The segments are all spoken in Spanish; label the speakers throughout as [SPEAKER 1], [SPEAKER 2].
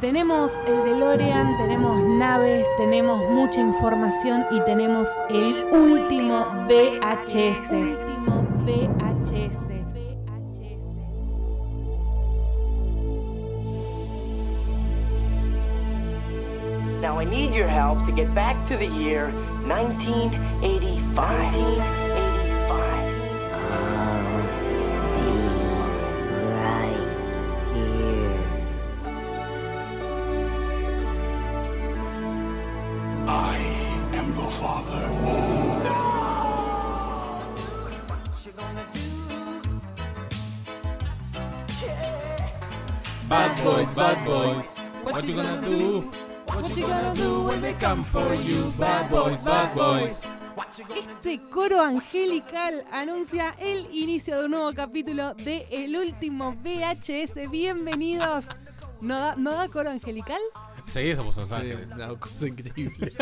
[SPEAKER 1] Tenemos el DeLorean, tenemos naves, tenemos mucha información y tenemos el último VHS. Último VHS.
[SPEAKER 2] Now I need your help to get back to the year 1985. 1985.
[SPEAKER 3] I am the father.
[SPEAKER 4] Bad boys, bad boys, what you gonna do? What you gonna do when they come for you? Bad boys, bad boys.
[SPEAKER 1] Este coro angelical anuncia el inicio de un nuevo capítulo de El último VHS. Bienvenidos. ¿No da, no da coro angelical?
[SPEAKER 4] Sí, somos Los Ángeles.
[SPEAKER 5] Una cosa increíble.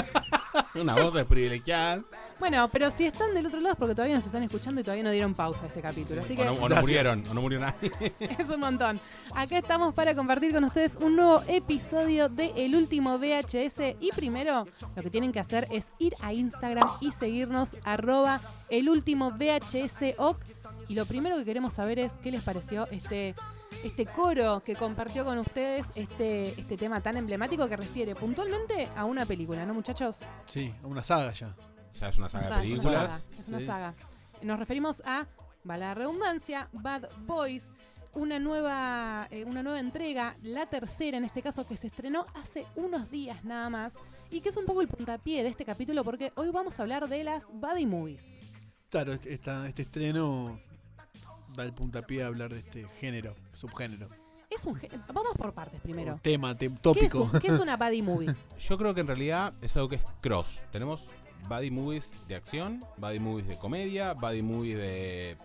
[SPEAKER 5] Una voz privilegiada.
[SPEAKER 1] Bueno, pero si están del otro lado es porque todavía nos están escuchando y todavía no dieron pausa a este capítulo. Así
[SPEAKER 4] O
[SPEAKER 1] que
[SPEAKER 4] no, o no
[SPEAKER 5] Gracias.
[SPEAKER 4] murieron, o no murió nadie.
[SPEAKER 1] Es un montón. Acá estamos para compartir con ustedes un nuevo episodio de El Último VHS. Y primero, lo que tienen que hacer es ir a Instagram y seguirnos arroba el último VHS OC. Y lo primero que queremos saber es qué les pareció este, este coro que compartió con ustedes este, este tema tan emblemático que refiere puntualmente a una película, ¿no, muchachos?
[SPEAKER 5] Sí, una saga ya.
[SPEAKER 4] Ya es una saga de
[SPEAKER 1] Ah, es una
[SPEAKER 4] películas.
[SPEAKER 1] saga, es una
[SPEAKER 5] Sí.
[SPEAKER 1] saga. Nos referimos a, va la redundancia, Bad Boys, una nueva, eh, una nueva entrega, la tercera en este caso, que se estrenó hace unos días nada más, y que es un poco el puntapié de este capítulo porque hoy vamos a hablar de las Buddy Movies.
[SPEAKER 5] Claro, este, esta- este estreno da el puntapié a hablar de este género, subgénero.
[SPEAKER 1] Es un gen- Vamos por partes primero.
[SPEAKER 5] O Tema, tem-
[SPEAKER 1] ¿Qué es, un-
[SPEAKER 5] tópico.
[SPEAKER 1] qué es una Buddy Movie?
[SPEAKER 4] Yo creo que en realidad es algo que es cross. Tenemos buddy movies de acción, buddy movies de comedia, buddy movies de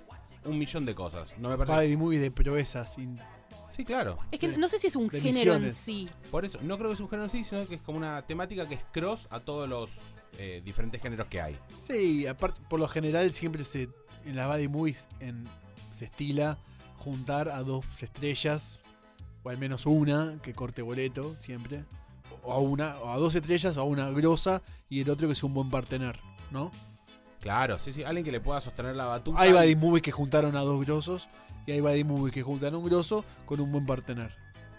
[SPEAKER 4] un millón de cosas. No me parece.
[SPEAKER 5] Buddy movie de proezas. in-
[SPEAKER 4] Sí, claro.
[SPEAKER 1] Es que
[SPEAKER 5] Sí.
[SPEAKER 1] no sé si es un
[SPEAKER 5] De
[SPEAKER 1] género en
[SPEAKER 5] misiones.
[SPEAKER 1] sí.
[SPEAKER 4] Por eso, no creo que sea un género en sí, sino que es como una temática que es cross a todos los eh, diferentes géneros que hay.
[SPEAKER 5] Sí, aparte, por lo general siempre se en las buddy movies en- se estila juntar a dos estrellas, o al menos una que corte boleto siempre, o a una, o a dos estrellas, o a una grosa y el otro que es un buen partener, ¿no?
[SPEAKER 4] Claro, sí, sí. Alguien que le pueda sostener la batuta.
[SPEAKER 5] Hay buddy movies que juntaron a dos grosos y hay buddy movies que juntan a un grosso con un buen partener.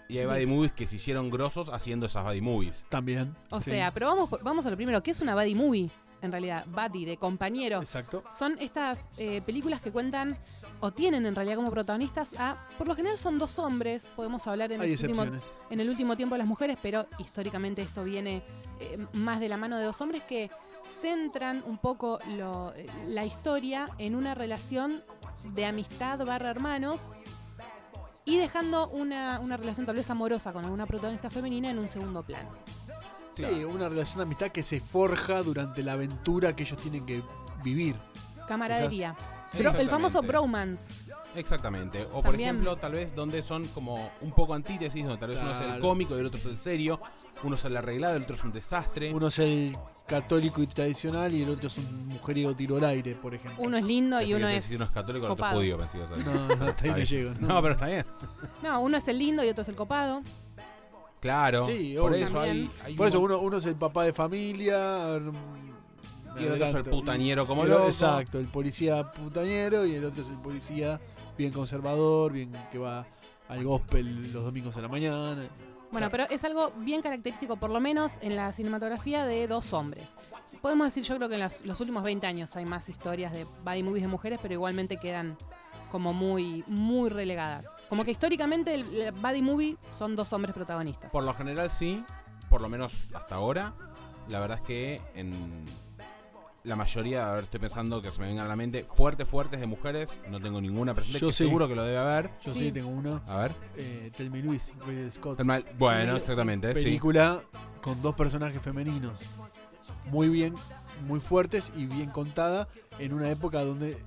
[SPEAKER 4] Y hay buddy movies que se hicieron grosos haciendo esas buddy movies.
[SPEAKER 5] También.
[SPEAKER 1] O
[SPEAKER 5] sí,
[SPEAKER 1] sea, pero vamos, por- vamos a lo primero. ¿Qué es una Buddy Movie? En realidad, Buddy, de compañeros.
[SPEAKER 5] Exacto.
[SPEAKER 1] son estas eh, películas que cuentan o tienen en realidad como protagonistas a, por lo general son dos hombres, podemos hablar en,
[SPEAKER 5] Hay
[SPEAKER 1] el último,
[SPEAKER 5] excepciones.
[SPEAKER 1] en el último tiempo de las mujeres, pero históricamente esto viene eh, más de la mano de dos hombres que centran un poco lo- eh, la historia en una relación de amistad barra hermanos y dejando una, una relación tal vez amorosa con alguna protagonista femenina en un segundo plano.
[SPEAKER 5] Sí,
[SPEAKER 4] Claro.
[SPEAKER 5] una relación de amistad que se forja durante la aventura que ellos tienen que vivir.
[SPEAKER 1] Camaradería.
[SPEAKER 4] Sí,
[SPEAKER 1] Bro- el famoso
[SPEAKER 4] exactamente.
[SPEAKER 1] bromance.
[SPEAKER 4] Exactamente. O por
[SPEAKER 1] También-
[SPEAKER 4] ejemplo, tal vez donde son como un poco antítesis, donde tal vez uno es el
[SPEAKER 5] Claro.
[SPEAKER 4] cómico y el otro es el serio, uno es el arreglado, el otro es un desastre.
[SPEAKER 5] Uno es el católico y tradicional y el otro es un mujeriego tiro al aire, por ejemplo.
[SPEAKER 1] Uno es lindo
[SPEAKER 4] Pensé
[SPEAKER 1] y
[SPEAKER 4] que
[SPEAKER 1] uno
[SPEAKER 4] ibas a
[SPEAKER 1] es
[SPEAKER 4] decir uno es católico, el otro
[SPEAKER 1] copado.
[SPEAKER 4] judío, pensé que ibas a decir.
[SPEAKER 5] No, no, hasta ahí
[SPEAKER 4] Está
[SPEAKER 5] no
[SPEAKER 4] bien.
[SPEAKER 5] llego. No.
[SPEAKER 4] No, pero está bien.
[SPEAKER 1] No, uno es el lindo y otro es el copado.
[SPEAKER 4] Claro.
[SPEAKER 5] Sí,
[SPEAKER 4] por
[SPEAKER 5] obvio.
[SPEAKER 4] eso hay,
[SPEAKER 1] También.
[SPEAKER 4] hay
[SPEAKER 5] Por
[SPEAKER 4] un
[SPEAKER 5] eso
[SPEAKER 4] mon-
[SPEAKER 5] uno, uno es el papá de familia. mm,
[SPEAKER 4] y el otro es el
[SPEAKER 5] tanto.
[SPEAKER 4] putañero como
[SPEAKER 5] El-
[SPEAKER 4] loco.
[SPEAKER 5] Exacto, el policía putañero y el otro es el policía bien conservador, bien que va al gospel los domingos a la mañana.
[SPEAKER 1] Bueno, pero es algo bien característico, por lo menos en la cinematografía de dos hombres. Podemos decir, yo creo que en las- los últimos 20 años hay más historias de body movies de mujeres, pero igualmente quedan como muy, muy relegadas. Como que históricamente el, el body movie son dos hombres protagonistas.
[SPEAKER 4] Por lo general sí, por lo menos hasta ahora. La verdad es que en la mayoría, a ver, estoy pensando que se me venga a la mente, fuertes, fuertes de mujeres, no tengo ninguna presente,
[SPEAKER 5] Yo
[SPEAKER 4] que
[SPEAKER 5] sí.
[SPEAKER 4] seguro que lo debe haber.
[SPEAKER 5] Yo
[SPEAKER 1] Sí.
[SPEAKER 5] sí, tengo uno.
[SPEAKER 4] A ver.
[SPEAKER 5] Eh, Tell Me Luis, Ridley Scott.
[SPEAKER 4] Tan mal- Bueno, exactamente, sí.
[SPEAKER 5] película con dos personajes femeninos. Muy bien, muy fuertes y bien contada en una época donde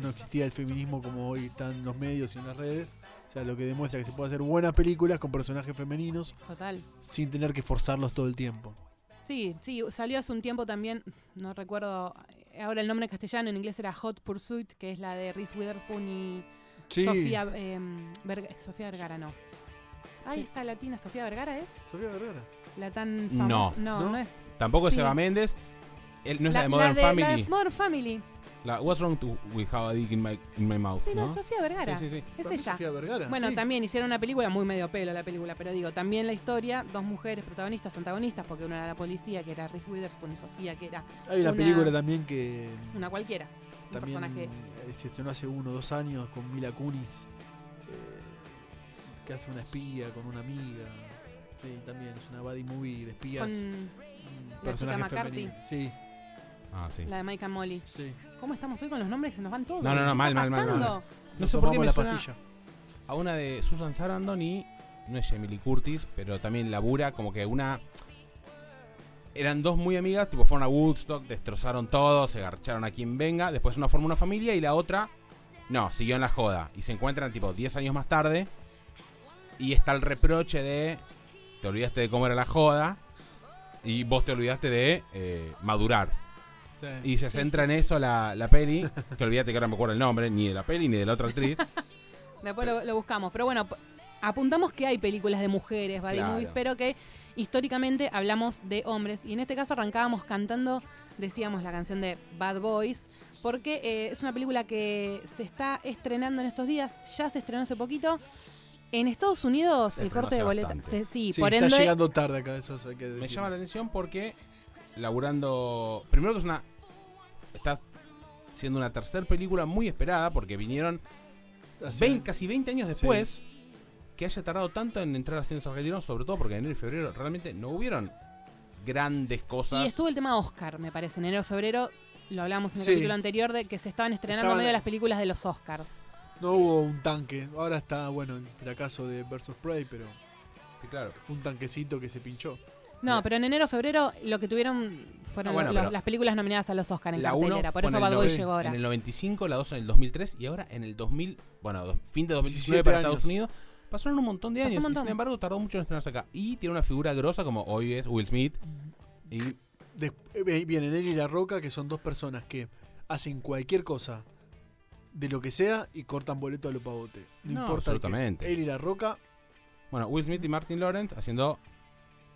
[SPEAKER 5] no existía el feminismo como hoy están los medios y en las redes. O sea, lo que demuestra que se puede hacer buenas películas con personajes femeninos
[SPEAKER 1] Total.
[SPEAKER 5] sin tener que forzarlos todo el tiempo.
[SPEAKER 1] Sí, sí, salió hace un tiempo también, no recuerdo eh, ahora el nombre en castellano, en inglés era Hot Pursuit, que es la de Reese Witherspoon y Sofía, em, Verg- Sofía Vergara, no. Ahí
[SPEAKER 5] Sí.
[SPEAKER 1] está Latina Sofía Vergara, ¿es?
[SPEAKER 5] Sofía Vergara.
[SPEAKER 1] La tan
[SPEAKER 4] No.
[SPEAKER 1] famosa. No, no,
[SPEAKER 5] ¿No?
[SPEAKER 1] es.
[SPEAKER 4] Tampoco
[SPEAKER 1] Sí.
[SPEAKER 4] es Eva Méndez. Él no es la,
[SPEAKER 1] la
[SPEAKER 4] de Modern Family.
[SPEAKER 1] la de Modern Family.
[SPEAKER 4] La What's Wrong to, with Have a Dick in My, in my Mouth,
[SPEAKER 1] Sí, no,
[SPEAKER 4] ¿no?
[SPEAKER 1] es Sofía Vergara.
[SPEAKER 4] Sí, sí, sí.
[SPEAKER 1] Es
[SPEAKER 5] Para mí
[SPEAKER 1] ella.
[SPEAKER 5] Sofía Vergara.
[SPEAKER 1] Bueno,
[SPEAKER 5] sí.
[SPEAKER 1] también hicieron una película muy medio pelo la película, pero digo, también la historia, dos mujeres protagonistas, antagonistas, porque una era la policía, que era Reese Witherspoon y Sofía, que era
[SPEAKER 5] Hay una,
[SPEAKER 1] una-
[SPEAKER 5] película también que.
[SPEAKER 1] una cualquiera. Un
[SPEAKER 5] también
[SPEAKER 1] personaje.
[SPEAKER 5] eh, se estrenó hace uno o dos años con Mila Kunis. eh, que hace una espía con una amiga. Sí, también es una buddy movie de espías.
[SPEAKER 1] Con
[SPEAKER 5] mm,
[SPEAKER 1] chica
[SPEAKER 5] personaje
[SPEAKER 1] McCarthy.
[SPEAKER 5] femenino. Sí,
[SPEAKER 4] Ah, sí.
[SPEAKER 1] la de Mike and Molly.
[SPEAKER 5] sí.
[SPEAKER 1] ¿Cómo estamos hoy con los nombres que se nos van todos?
[SPEAKER 4] No, no, no,
[SPEAKER 1] ¿Qué
[SPEAKER 4] mal,
[SPEAKER 1] está
[SPEAKER 4] mal, mal, mal.
[SPEAKER 1] pasando?
[SPEAKER 4] No
[SPEAKER 5] Nos
[SPEAKER 4] sé por qué
[SPEAKER 5] tomamos
[SPEAKER 4] me
[SPEAKER 5] la
[SPEAKER 4] suena
[SPEAKER 5] pastilla.
[SPEAKER 4] a una de Susan Sarandon y no es Emily Curtis, pero también labura como que una eran dos muy amigas, tipo fueron a Woodstock, destrozaron todo, se garcharon a quien venga, después una formó una familia y la otra no, siguió en la joda y se encuentran tipo 10 años más tarde y está el reproche de te olvidaste de cómo era la joda y vos te olvidaste de eh, madurar.
[SPEAKER 5] Sí.
[SPEAKER 4] Y se centra en eso la, la peli, que olvídate que ahora no me acuerdo el nombre, ni de la peli ni de la otra actriz.
[SPEAKER 1] Después lo, lo buscamos. Pero bueno, p- apuntamos que hay películas de mujeres, buddy
[SPEAKER 4] Claro.
[SPEAKER 1] movies, pero que históricamente hablamos de hombres. Y en este caso arrancábamos cantando, decíamos la canción de Bad Boys, porque eh, es una película que se está estrenando en estos días, ya se estrenó hace poquito. En Estados Unidos
[SPEAKER 4] Se
[SPEAKER 1] el
[SPEAKER 4] estrenó
[SPEAKER 1] corte de
[SPEAKER 4] hace
[SPEAKER 1] boleta.
[SPEAKER 4] bastante.
[SPEAKER 1] se- sí,
[SPEAKER 5] Sí,
[SPEAKER 1] por
[SPEAKER 5] está
[SPEAKER 1] ende.
[SPEAKER 5] llegando tarde acá, eso hay que decir.
[SPEAKER 4] Me llama la atención porque laburando. Primero que es una. Está siendo una tercer película muy esperada porque vinieron
[SPEAKER 5] Hace-
[SPEAKER 4] 20 casi 20 años
[SPEAKER 5] Sí.
[SPEAKER 4] después que haya tardado tanto en entrar a cines argentinos, sobre todo porque en enero y febrero realmente no hubieron grandes cosas.
[SPEAKER 1] Y estuvo el tema Oscar, me parece, enero febrero. Lo hablamos en el
[SPEAKER 5] Sí.
[SPEAKER 1] capítulo anterior de que se estaban estrenando
[SPEAKER 5] Estaban-
[SPEAKER 1] medio las películas de los Oscars.
[SPEAKER 5] No hubo un tanque. Ahora está, bueno, el fracaso de Versus Prey, pero
[SPEAKER 4] Sí, claro.
[SPEAKER 5] fue un tanquecito que se pinchó.
[SPEAKER 1] No,
[SPEAKER 4] Mira.
[SPEAKER 1] pero en enero, febrero, lo que tuvieron fueron
[SPEAKER 4] Ah, bueno,
[SPEAKER 1] los-
[SPEAKER 4] pero-
[SPEAKER 1] las películas nominadas a los Oscar en
[SPEAKER 4] La 1
[SPEAKER 1] cartelera. Por eso Bad Boy llegó ahora.
[SPEAKER 4] en el 95, la 2 en el 2003 y ahora en el 2000, bueno, do- fin de 2019
[SPEAKER 5] 17
[SPEAKER 4] para
[SPEAKER 5] años.
[SPEAKER 4] Estados Unidos. Pasaron un montón de
[SPEAKER 1] Pasó
[SPEAKER 4] años
[SPEAKER 1] un
[SPEAKER 4] y,
[SPEAKER 1] montón.
[SPEAKER 4] sin embargo tardó mucho en estrenarse acá. Y tiene una figura grosa como hoy es Will Smith y
[SPEAKER 5] Des- eh, vienen él y La Roca, que son dos personas que hacen cualquier cosa, de lo que sea, y cortan boleto a lo pavote.
[SPEAKER 4] No,
[SPEAKER 5] No, importa. el que-
[SPEAKER 4] absolutamente.
[SPEAKER 5] Él y La Roca,
[SPEAKER 4] Bueno, Will Smith y Martin Lawrence haciendo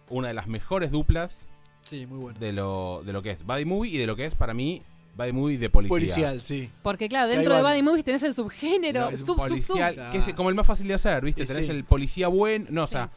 [SPEAKER 4] una de las mejores duplas
[SPEAKER 5] sí, muy bueno.
[SPEAKER 4] de lo, de lo que es Buddy Movie y de lo que es para mí Buddy Movie de policía.
[SPEAKER 5] Policial, sí.
[SPEAKER 1] Porque, claro,
[SPEAKER 5] Que
[SPEAKER 1] dentro
[SPEAKER 5] ahí
[SPEAKER 1] de
[SPEAKER 5] va-
[SPEAKER 1] Buddy Movies tenés el subgénero,
[SPEAKER 5] No,
[SPEAKER 4] Es
[SPEAKER 1] sub,
[SPEAKER 4] un
[SPEAKER 1] sub, sub.
[SPEAKER 4] policial, que es como el más fácil de hacer, ¿viste?
[SPEAKER 5] Y
[SPEAKER 4] Tenés
[SPEAKER 5] sí.
[SPEAKER 4] el policía bueno, no, o
[SPEAKER 1] Sí.
[SPEAKER 4] sea,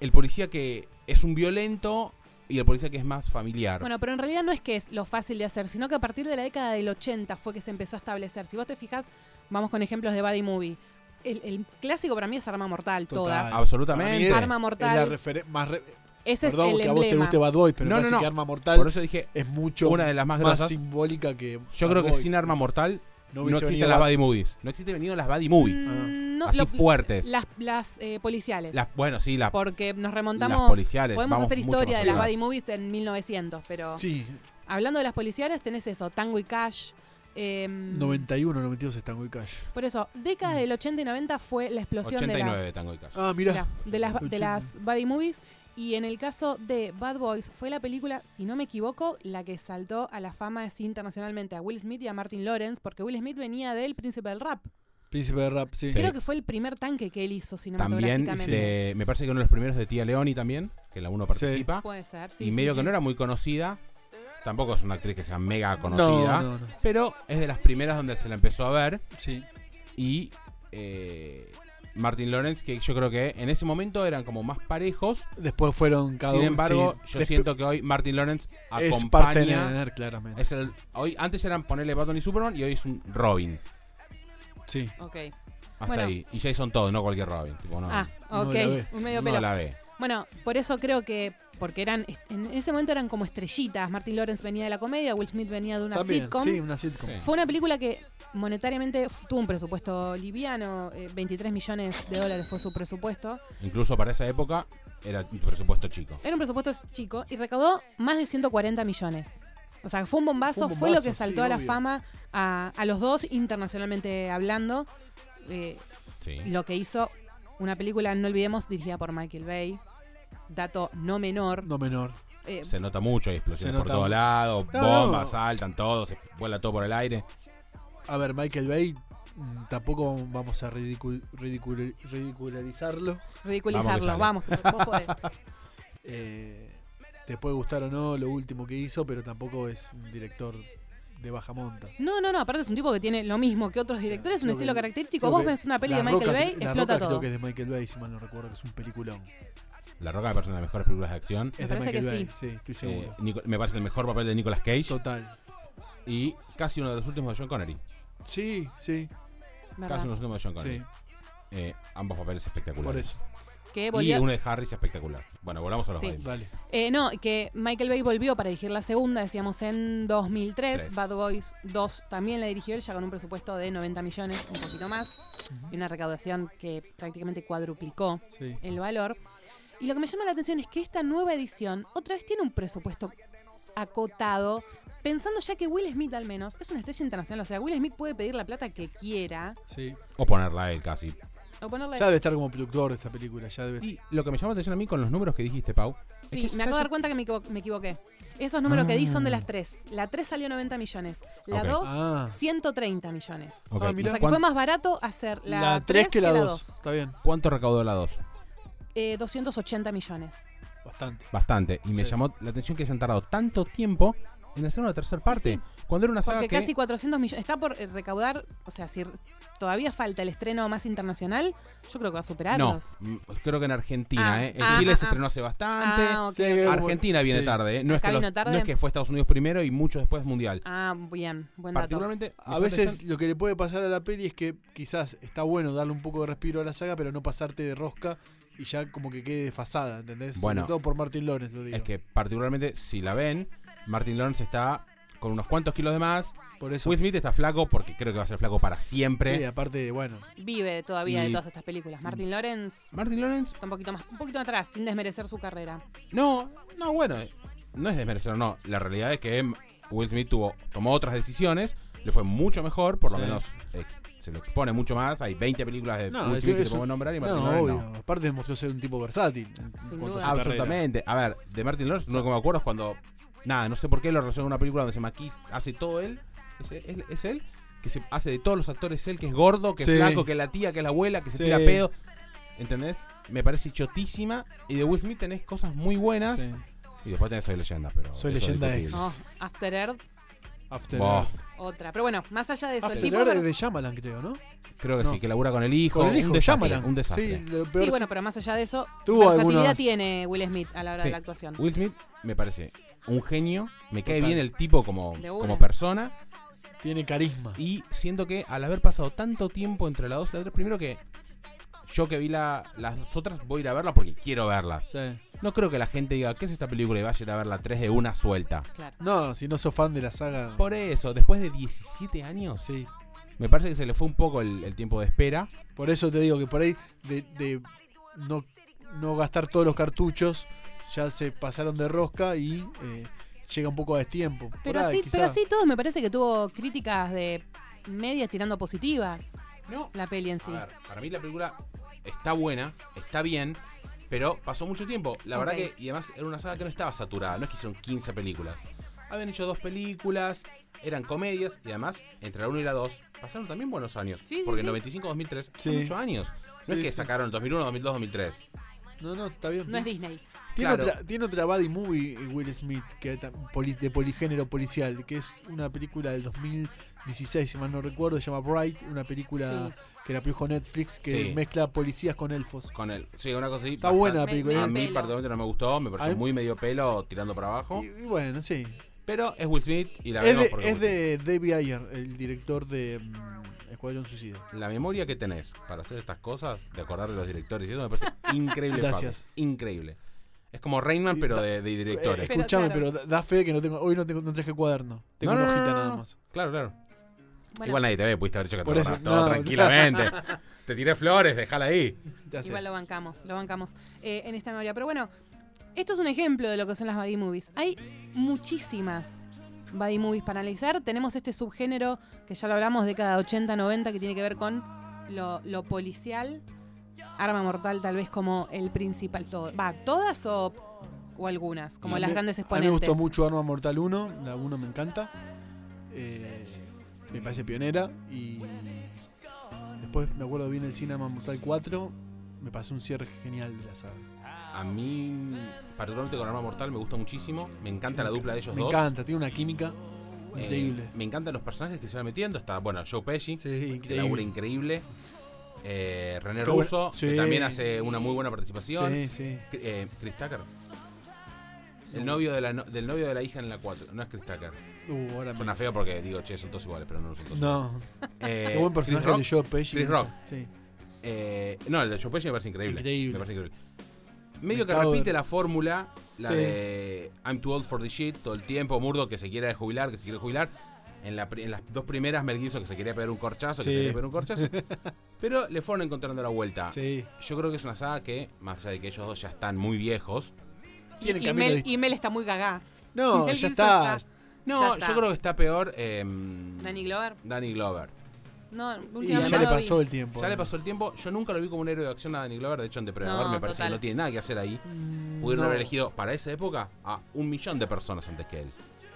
[SPEAKER 4] el policía que es un violento y el policía que es más familiar.
[SPEAKER 1] Bueno, pero en realidad no es que es lo fácil de hacer, sino que a partir de la década del 80 fue que se empezó a establecer. Si vos te fijas, vamos con ejemplos de Buddy Movie. El, el clásico para mí es Arma Mortal,
[SPEAKER 5] Total.
[SPEAKER 1] todas.
[SPEAKER 5] Para
[SPEAKER 4] Absolutamente.
[SPEAKER 5] mí es-
[SPEAKER 1] Arma
[SPEAKER 5] Es la
[SPEAKER 1] Mortal,
[SPEAKER 5] referen- más re-
[SPEAKER 4] Ah,
[SPEAKER 1] ese
[SPEAKER 5] Perdón
[SPEAKER 1] es el
[SPEAKER 5] que a vos te
[SPEAKER 1] emblema.
[SPEAKER 5] guste Bad Boy, pero
[SPEAKER 4] No, no,
[SPEAKER 5] me parece
[SPEAKER 4] no.
[SPEAKER 5] que Arma Mortal
[SPEAKER 4] Por eso dije,
[SPEAKER 5] es mucho
[SPEAKER 4] una de las más
[SPEAKER 5] más
[SPEAKER 4] grosas.
[SPEAKER 5] simbólica que.
[SPEAKER 4] yo
[SPEAKER 5] Bad
[SPEAKER 4] creo que
[SPEAKER 5] Boys.
[SPEAKER 4] sin Arma Mortal no,
[SPEAKER 5] hubiese
[SPEAKER 4] existen
[SPEAKER 5] venido
[SPEAKER 4] las
[SPEAKER 5] Bad-
[SPEAKER 4] Buddy Movies. No existen venido las Buddy Movies.
[SPEAKER 1] Mm, no,
[SPEAKER 4] Ah. así
[SPEAKER 1] lo-
[SPEAKER 4] fuertes.
[SPEAKER 1] Las, las eh, policiales.
[SPEAKER 4] Las- bueno, sí, las
[SPEAKER 1] porque nos remontamos.
[SPEAKER 4] las policiales,
[SPEAKER 1] Podemos
[SPEAKER 4] vamos
[SPEAKER 1] hacer
[SPEAKER 4] mucho
[SPEAKER 1] historia
[SPEAKER 4] más
[SPEAKER 1] de las
[SPEAKER 4] atrás.
[SPEAKER 1] Buddy Movies en 1900, pero.
[SPEAKER 5] Sí,
[SPEAKER 1] Hablando de las policiales, tenés eso, Tango y Cash. em,
[SPEAKER 5] 91, 92 están muy cash.
[SPEAKER 1] Por eso, décadas del 80 y 90 fue la explosión
[SPEAKER 4] 89
[SPEAKER 1] de
[SPEAKER 4] de
[SPEAKER 1] las,
[SPEAKER 4] Tango y Cash.
[SPEAKER 5] Ah, mirá.
[SPEAKER 1] mirá, de las, de
[SPEAKER 5] 80.
[SPEAKER 1] las buddy movies. Y en el caso de Bad Boys, fue la película, si no me equivoco, la que saltó a la fama así internacionalmente a Will Smith y a Martin Lawrence, porque Will Smith venía del Príncipe del Rap.
[SPEAKER 5] Príncipe de rap, sí.
[SPEAKER 1] Creo que fue el primer tanque que él hizo
[SPEAKER 4] También,
[SPEAKER 1] cinematográficamente.
[SPEAKER 4] de- me parece que uno de los primeros de Tía Leoni también, que en la 1 participa.
[SPEAKER 1] Puede ser, sí.
[SPEAKER 4] y
[SPEAKER 1] sí,
[SPEAKER 4] medio
[SPEAKER 1] sí.
[SPEAKER 4] que no era muy conocida. Tampoco es una actriz que sea mega conocida.
[SPEAKER 5] No, no, no.
[SPEAKER 4] Pero es de las primeras donde se la empezó a ver.
[SPEAKER 5] Sí.
[SPEAKER 4] Y eh, Martin Lawrence, que yo creo que en ese momento eran como más parejos.
[SPEAKER 5] Después fueron cada
[SPEAKER 4] Sin
[SPEAKER 5] uno.
[SPEAKER 4] embargo,
[SPEAKER 5] sí.
[SPEAKER 4] yo
[SPEAKER 5] Despe-
[SPEAKER 4] siento que hoy Martin Lawrence
[SPEAKER 5] Es parte de
[SPEAKER 4] acompaña.
[SPEAKER 5] ganar, claramente.
[SPEAKER 4] es el- hoy, antes eran ponerle Batman y Superman y hoy es un Robin.
[SPEAKER 5] Sí.
[SPEAKER 1] Ok.
[SPEAKER 4] Hasta
[SPEAKER 1] Bueno.
[SPEAKER 4] ahí. Y Jason Todd, no cualquier Robin. Tipo, no,
[SPEAKER 1] Ah,
[SPEAKER 5] No
[SPEAKER 1] ok.
[SPEAKER 5] la ve.
[SPEAKER 1] Un medio
[SPEAKER 4] no
[SPEAKER 1] pelo.
[SPEAKER 4] la ve.
[SPEAKER 1] Bueno, por eso creo que, porque eran, en ese momento eran como estrellitas. Martin Lawrence venía de la comedia, Will Smith venía de una
[SPEAKER 5] También,
[SPEAKER 1] sitcom.
[SPEAKER 5] Sí, una sitcom.
[SPEAKER 4] Sí.
[SPEAKER 1] Fue una película que monetariamente f- tuvo un presupuesto liviano, eh, 23 millones de dólares fue su presupuesto.
[SPEAKER 4] Incluso para esa época era un presupuesto chico.
[SPEAKER 1] Era un presupuesto chico y recaudó más de 140 millones. O sea, fue un bombazo, fue,
[SPEAKER 5] Fue un
[SPEAKER 1] lo
[SPEAKER 5] bombazo,
[SPEAKER 1] que
[SPEAKER 5] sí,
[SPEAKER 1] saltó a la
[SPEAKER 5] obvio.
[SPEAKER 1] fama a, a los dos internacionalmente hablando. Eh,
[SPEAKER 4] Sí.
[SPEAKER 1] lo que hizo una película, no olvidemos, dirigida por Michael Bay. Dato no menor.
[SPEAKER 5] No menor.
[SPEAKER 1] Eh,
[SPEAKER 4] Se nota mucho, hay explosiones
[SPEAKER 5] Se
[SPEAKER 4] por
[SPEAKER 5] nota
[SPEAKER 4] todos
[SPEAKER 5] mu-
[SPEAKER 4] lados,
[SPEAKER 5] No,
[SPEAKER 4] bombas,
[SPEAKER 5] no.
[SPEAKER 4] saltan todos, vuela todo por el aire.
[SPEAKER 5] A ver, Michael Bay mm, tampoco vamos a ridicul- ridicul- ridicularizarlo.
[SPEAKER 1] Ridiculizarlo, vamos.
[SPEAKER 4] Vamos
[SPEAKER 1] vos podés.
[SPEAKER 5] Eh, te puede gustar o no lo último que hizo, pero tampoco es un director de baja monta.
[SPEAKER 1] No, no, no, aparte es un tipo que tiene lo mismo que otros
[SPEAKER 5] sea,
[SPEAKER 1] directores, un
[SPEAKER 5] creo
[SPEAKER 1] estilo
[SPEAKER 5] que-
[SPEAKER 1] característico.
[SPEAKER 5] creo
[SPEAKER 1] Vos
[SPEAKER 5] que
[SPEAKER 1] ves una peli
[SPEAKER 5] La
[SPEAKER 1] de Michael
[SPEAKER 5] Roca-
[SPEAKER 1] Bay,
[SPEAKER 5] La
[SPEAKER 1] explota
[SPEAKER 5] Roca
[SPEAKER 1] todo.
[SPEAKER 5] Creo que es de Michael Bay, si mal no recuerdo, que es un peliculón.
[SPEAKER 4] La Roca me parece una de las mejores películas de acción.
[SPEAKER 5] Es de
[SPEAKER 1] parece que
[SPEAKER 5] Michael Bay,
[SPEAKER 1] sí.
[SPEAKER 5] sí, estoy
[SPEAKER 4] Eh,
[SPEAKER 5] seguro.
[SPEAKER 4] Nico- me parece el mejor papel de Nicolas Cage
[SPEAKER 5] Total.
[SPEAKER 4] y casi uno de los últimos de John Connery.
[SPEAKER 5] Sí, sí,
[SPEAKER 1] ¿verdad?
[SPEAKER 4] Casi uno de los últimos de John Connery.
[SPEAKER 5] sí,
[SPEAKER 4] Eh, ambos papeles
[SPEAKER 5] por
[SPEAKER 4] espectaculares.
[SPEAKER 5] eso.
[SPEAKER 1] Que
[SPEAKER 4] y
[SPEAKER 1] volvió-
[SPEAKER 4] uno de Harris espectacular. Bueno, volvamos a los
[SPEAKER 1] Sí.
[SPEAKER 4] Biden.
[SPEAKER 5] Dale.
[SPEAKER 1] eh, no, que Michael Bay volvió para dirigir la segunda, decíamos en 2003.
[SPEAKER 4] Tres.
[SPEAKER 1] Bad Boys 2 también la dirigió él, ya con un presupuesto de 90 millones, un poquito más, y una recaudación que prácticamente cuadruplicó
[SPEAKER 5] Sí.
[SPEAKER 1] el valor. Y lo que me llama la atención es que esta nueva edición otra vez tiene un presupuesto acotado, pensando ya que Will Smith al menos es una estrella internacional, o sea, Will Smith puede pedir la plata que quiera
[SPEAKER 5] Sí.
[SPEAKER 4] O ponerla a él casi.
[SPEAKER 1] o ponerle...
[SPEAKER 5] Ya debe estar como productor de esta película, ya debe
[SPEAKER 4] Y lo que me llamó la atención a mí con los números que dijiste, Pau.
[SPEAKER 1] Sí,
[SPEAKER 4] es que
[SPEAKER 1] me acabo de
[SPEAKER 4] Sasha-
[SPEAKER 1] dar cuenta que me, equivo- me equivoqué. Esos números que di son de
[SPEAKER 4] Ah.
[SPEAKER 1] las tres. La 3 salió 90 millones, la
[SPEAKER 4] Ok.
[SPEAKER 1] 2
[SPEAKER 5] Ah.
[SPEAKER 1] 130 millones.
[SPEAKER 4] Ok,
[SPEAKER 5] Ah,
[SPEAKER 4] ¿y
[SPEAKER 5] mirá.
[SPEAKER 1] O sea que
[SPEAKER 4] cuán-
[SPEAKER 1] fue más barato hacer la,
[SPEAKER 5] La 3 que la 2.
[SPEAKER 1] 2.
[SPEAKER 5] Está bien,
[SPEAKER 4] ¿Cuánto recaudó la 2?
[SPEAKER 1] Eh, 280 millones.
[SPEAKER 5] bastante.
[SPEAKER 4] Bastante. Y me
[SPEAKER 5] Sí.
[SPEAKER 4] llamó la atención que hayan tardado tanto tiempo en hacer una tercera parte. Cuando era una saga
[SPEAKER 1] Porque
[SPEAKER 4] que.
[SPEAKER 1] casi 400 millones. Está por eh, recaudar, o sea, si r- todavía falta el estreno más internacional, yo creo que va a
[SPEAKER 4] No,
[SPEAKER 1] superarlos.
[SPEAKER 4] mm, creo que en Argentina,
[SPEAKER 1] Ah,
[SPEAKER 4] ¿eh? En
[SPEAKER 1] ah,
[SPEAKER 4] Chile
[SPEAKER 1] ah,
[SPEAKER 4] se
[SPEAKER 1] ah.
[SPEAKER 4] estrenó hace bastante.
[SPEAKER 1] Ah, ok,
[SPEAKER 5] Sí,
[SPEAKER 1] ok.
[SPEAKER 5] como-
[SPEAKER 4] Argentina viene
[SPEAKER 5] sí.
[SPEAKER 4] tarde, ¿eh? No es,
[SPEAKER 1] Acá
[SPEAKER 4] que los-
[SPEAKER 1] vino tarde.
[SPEAKER 4] no es que fue Estados Unidos primero y mucho después mundial.
[SPEAKER 1] Ah, bien, buen dato.
[SPEAKER 4] Particularmente. me
[SPEAKER 5] A
[SPEAKER 4] llamó la
[SPEAKER 5] veces
[SPEAKER 4] atención-
[SPEAKER 5] lo que le puede pasar a la peli es que quizás está bueno darle un poco de respiro a la saga, pero no pasarte de rosca y ya como que quede desfasada, ¿entendés?
[SPEAKER 4] Bueno.
[SPEAKER 5] Sobre todo por Martin Lawrence, lo digo.
[SPEAKER 4] Es que, particularmente, si la ven, Martin Lawrence está con unos cuantos kilos de más.
[SPEAKER 5] por eso.
[SPEAKER 4] Will Smith está flaco porque creo que va a ser flaco para siempre.
[SPEAKER 5] Sí, aparte, bueno,
[SPEAKER 1] Vive todavía de
[SPEAKER 4] Y-
[SPEAKER 1] todas estas películas. Martin Lawrence
[SPEAKER 4] Martin Lawrence,
[SPEAKER 1] está un poquito más, un poquito atrás, sin desmerecer su carrera.
[SPEAKER 4] no, no, bueno, eh, no es desmerecer, no. La realidad es que mm, Will Smith tuvo, tomó otras decisiones, le fue mucho mejor, por lo
[SPEAKER 5] Sí.
[SPEAKER 4] menos ex- se lo expone mucho más. Hay 20 películas de
[SPEAKER 5] No,
[SPEAKER 4] Will
[SPEAKER 5] es-
[SPEAKER 4] Smith que
[SPEAKER 5] es
[SPEAKER 4] te puedo
[SPEAKER 5] un-
[SPEAKER 4] nombrar y Martin
[SPEAKER 5] no,
[SPEAKER 4] Lawrence
[SPEAKER 5] obvio.
[SPEAKER 4] no.
[SPEAKER 5] Aparte demostró ser un tipo versátil. en- en
[SPEAKER 1] Sin
[SPEAKER 5] cuanto a
[SPEAKER 1] duda.
[SPEAKER 5] su carrera.
[SPEAKER 4] Absolutamente. A ver, de Martin Lawrence, lo único que me acuerdo es cuando, nada, no sé por qué lo relaciono a una película donde se maquilla, hace todo él, es, él- es él, que se hace de todos los actores él, que es gordo, que
[SPEAKER 5] Sí.
[SPEAKER 4] es flaco, que es la tía, que es la abuela, que se
[SPEAKER 5] Sí.
[SPEAKER 4] tira pedo. ¿Entendés? Me parece chotísima. Y de Will Smith tenés cosas muy buenas.
[SPEAKER 5] Sí.
[SPEAKER 4] Y después tenés Soy Leyenda, pero.
[SPEAKER 5] Soy
[SPEAKER 4] eso es
[SPEAKER 5] Leyenda
[SPEAKER 4] discutible.
[SPEAKER 5] es-
[SPEAKER 1] Oh, After Earth,
[SPEAKER 5] After
[SPEAKER 4] Bah.
[SPEAKER 5] Earth.
[SPEAKER 1] otra. Pero bueno, más allá de eso, el
[SPEAKER 5] After
[SPEAKER 1] tipo-
[SPEAKER 5] Earth es de Shyamalan, creo, ¿no?
[SPEAKER 4] Creo que
[SPEAKER 5] No.
[SPEAKER 4] sí, que labura con el hijo.
[SPEAKER 5] Con el hijo,
[SPEAKER 4] un desastre.
[SPEAKER 5] Shyamalan.
[SPEAKER 4] Un desastre.
[SPEAKER 5] Sí, de lo peor
[SPEAKER 1] Sí, bueno, pero más allá de eso,
[SPEAKER 5] Tuvo
[SPEAKER 1] versatilidad
[SPEAKER 5] algunos-
[SPEAKER 1] tiene Will Smith a la hora de
[SPEAKER 4] Sí.
[SPEAKER 1] la actuación.
[SPEAKER 4] Will Smith me parece un genio. Me cae
[SPEAKER 5] Total.
[SPEAKER 4] bien el tipo como,
[SPEAKER 1] De una.
[SPEAKER 4] como persona.
[SPEAKER 5] tiene carisma.
[SPEAKER 4] Y siento que al haber pasado tanto tiempo entre la 2 y la 3, primero que yo que vi la- las otras voy a ir a verla porque quiero verlas.
[SPEAKER 5] Sí.
[SPEAKER 4] No creo que la gente diga, ¿qué es esta película? Y vaya a ir a ver la 3 de una suelta.
[SPEAKER 1] Claro.
[SPEAKER 5] No, si no sos fan de la saga.
[SPEAKER 4] Por eso, después de 17 años,
[SPEAKER 5] Sí.
[SPEAKER 4] me parece que se le fue un poco el, el tiempo de espera.
[SPEAKER 5] Por eso te digo que por ahí de, de no, no gastar todos los cartuchos, ya se pasaron de rosca y eh, llega un poco a destiempo. Por
[SPEAKER 1] Pero
[SPEAKER 5] ahí,
[SPEAKER 1] así,
[SPEAKER 5] quizá.
[SPEAKER 1] pero así todos me parece que tuvo críticas de medias tirando positivas
[SPEAKER 4] No,
[SPEAKER 1] la peli en sí.
[SPEAKER 4] A ver, para mí la película está buena, está bien, pero pasó mucho tiempo. La
[SPEAKER 1] Ok.
[SPEAKER 4] verdad que, y además era una saga que no estaba saturada, no es que hicieron 15 películas. Habían hecho dos películas, eran comedias, y además, entre la 1 y la 2, pasaron también buenos años.
[SPEAKER 1] Sí, sí,
[SPEAKER 4] porque
[SPEAKER 1] sí.
[SPEAKER 4] en 95, 2003, son
[SPEAKER 5] Sí.
[SPEAKER 4] 8 años. No
[SPEAKER 5] Sí,
[SPEAKER 4] es que
[SPEAKER 5] sí.
[SPEAKER 4] sacaron 2001, 2002, 2003.
[SPEAKER 5] No, no, está bien.
[SPEAKER 1] No es Disney.
[SPEAKER 5] tiene,
[SPEAKER 4] claro.
[SPEAKER 5] otra, tiene otra body movie eh, Will Smith que ta- poli- de poligénero policial, que es una película del 2016, si mal no recuerdo, se llama Bright, una película que la produjo Netflix que
[SPEAKER 4] Sí.
[SPEAKER 5] mezcla policías con elfos.
[SPEAKER 4] Con el, sí, una cosa así.
[SPEAKER 5] Está
[SPEAKER 4] bastante-
[SPEAKER 5] buena la
[SPEAKER 1] Me-
[SPEAKER 5] película.
[SPEAKER 4] A
[SPEAKER 5] ¿eh?
[SPEAKER 1] me-
[SPEAKER 4] mí
[SPEAKER 1] Pelo.
[SPEAKER 4] particularmente no me gustó, me
[SPEAKER 5] A
[SPEAKER 4] pareció
[SPEAKER 5] mí-
[SPEAKER 4] muy medio pelo tirando para abajo.
[SPEAKER 5] Y- y bueno, sí.
[SPEAKER 4] Pero es Will Smith y la
[SPEAKER 5] es
[SPEAKER 4] vemos
[SPEAKER 5] de,
[SPEAKER 4] porque
[SPEAKER 5] es
[SPEAKER 4] Will Smith.
[SPEAKER 5] de David Ayer, el director de mm, Escuadrón Suicida.
[SPEAKER 4] La memoria que tenés para hacer estas cosas, de acordar de los directores, y eso me parece increíble.
[SPEAKER 5] Gracias.
[SPEAKER 4] Fabio, Increíble. Es como Rainman,
[SPEAKER 5] Y
[SPEAKER 4] pero
[SPEAKER 5] ta-
[SPEAKER 4] de, de directores.
[SPEAKER 1] Pero
[SPEAKER 5] Escúchame,
[SPEAKER 1] claro.
[SPEAKER 5] pero da- da fe que no tengo. Hoy no tengo, no traje cuaderno. Eh, Tengo
[SPEAKER 4] No,
[SPEAKER 5] una
[SPEAKER 4] no, no,
[SPEAKER 5] hojita
[SPEAKER 4] no,
[SPEAKER 5] nada
[SPEAKER 4] no.
[SPEAKER 5] más.
[SPEAKER 4] Claro, claro.
[SPEAKER 1] Bueno,
[SPEAKER 4] Igual nadie te ve, pudiste haber hecho que te
[SPEAKER 5] Por eso,
[SPEAKER 4] acordás todo
[SPEAKER 5] no.
[SPEAKER 4] tranquilamente. te tiré flores, déjala ahí.
[SPEAKER 5] Ya sé.
[SPEAKER 1] igual lo bancamos, lo bancamos eh, en esta memoria. Pero bueno, esto es un ejemplo de lo que son las buddy movies. Hay muchísimas buddy movies para analizar. Tenemos este subgénero que ya lo hablamos, década 80-90, que tiene que ver con lo, lo policial. Arma mortal tal vez como el principal. Todo. Va, todas o, o algunas, como
[SPEAKER 5] A
[SPEAKER 1] las
[SPEAKER 5] mí-
[SPEAKER 1] grandes
[SPEAKER 5] A mí me
[SPEAKER 1] exponentes.
[SPEAKER 5] gustó mucho Arma Mortal 1. La 1 me encanta. Eh, me parece pionera. Y Después me acuerdo bien el Cinema Mortal 4. Me pasó un cierre genial de la saga.
[SPEAKER 4] A mí, particularmente con Arma Mortal, me gusta muchísimo. Me encanta la dupla de ellos
[SPEAKER 5] me
[SPEAKER 4] dos.
[SPEAKER 5] encanta, tiene una química
[SPEAKER 4] Eh,
[SPEAKER 5] increíble.
[SPEAKER 4] me encantan los personajes que se van metiendo. Está, bueno, Joe Pesci,
[SPEAKER 5] Sí,
[SPEAKER 4] que labura
[SPEAKER 5] increíble.
[SPEAKER 4] increíble. Eh, René
[SPEAKER 5] Está
[SPEAKER 4] Russo,
[SPEAKER 5] bueno.
[SPEAKER 4] que
[SPEAKER 5] Sí.
[SPEAKER 4] también hace una muy buena participación.
[SPEAKER 5] Sí, sí.
[SPEAKER 4] Cri- eh, Chris Tucker. El novio de la no- del novio de la hija en la 4. No es Chris Tucker.
[SPEAKER 5] Uh, ahora me-
[SPEAKER 4] Suena feo porque digo, che, son todos iguales, pero no, no son todos
[SPEAKER 5] No,
[SPEAKER 4] Eh,
[SPEAKER 5] qué buen
[SPEAKER 4] Chris
[SPEAKER 5] personaje
[SPEAKER 4] Rock,
[SPEAKER 5] de Joe Pesci.
[SPEAKER 4] Chris
[SPEAKER 5] no sé,
[SPEAKER 4] Rock.
[SPEAKER 5] Sí.
[SPEAKER 4] eh, no, el de Joe Pesci me parece increíble.
[SPEAKER 5] Increíble.
[SPEAKER 4] Me parece increíble. Medio que
[SPEAKER 5] Mercado de-
[SPEAKER 4] repite la fórmula, la
[SPEAKER 5] Sí.
[SPEAKER 4] de I'm too old for the shit, todo el tiempo, Murdo que se quiere jubilar, que se quiere jubilar. En, la pri- en las dos primeras, Mel Gibson que se quería pegar un corchazo, que
[SPEAKER 5] Sí.
[SPEAKER 4] se quería pegar un corchazo. pero le fueron encontrando la vuelta.
[SPEAKER 5] sí.
[SPEAKER 4] Yo creo que es una saga que, más allá de que ellos dos ya están muy viejos,
[SPEAKER 1] Y,
[SPEAKER 5] Tiene
[SPEAKER 1] y
[SPEAKER 5] camino
[SPEAKER 1] Mel,
[SPEAKER 5] de-
[SPEAKER 1] y Mel está muy gagá.
[SPEAKER 5] No,
[SPEAKER 1] Mel
[SPEAKER 5] ya
[SPEAKER 1] Gibson
[SPEAKER 5] está.
[SPEAKER 1] está. Ya
[SPEAKER 4] No,
[SPEAKER 1] está.
[SPEAKER 4] yo creo que está peor em,
[SPEAKER 1] Danny Glover.
[SPEAKER 4] Danny Glover.
[SPEAKER 1] No,
[SPEAKER 5] Y
[SPEAKER 1] últimamente
[SPEAKER 5] ya
[SPEAKER 1] no
[SPEAKER 5] le
[SPEAKER 1] lo vi.
[SPEAKER 5] pasó el tiempo. eh.
[SPEAKER 4] Ya le pasó el tiempo. Yo nunca lo vi como un héroe de acción a Danny Glover. De hecho, en Depredador
[SPEAKER 1] No,
[SPEAKER 4] me parece
[SPEAKER 1] total.
[SPEAKER 4] que no tiene nada que hacer ahí.
[SPEAKER 5] Mm,
[SPEAKER 4] Pudieron
[SPEAKER 5] no.
[SPEAKER 4] haber elegido para esa época a un millón de personas antes que él.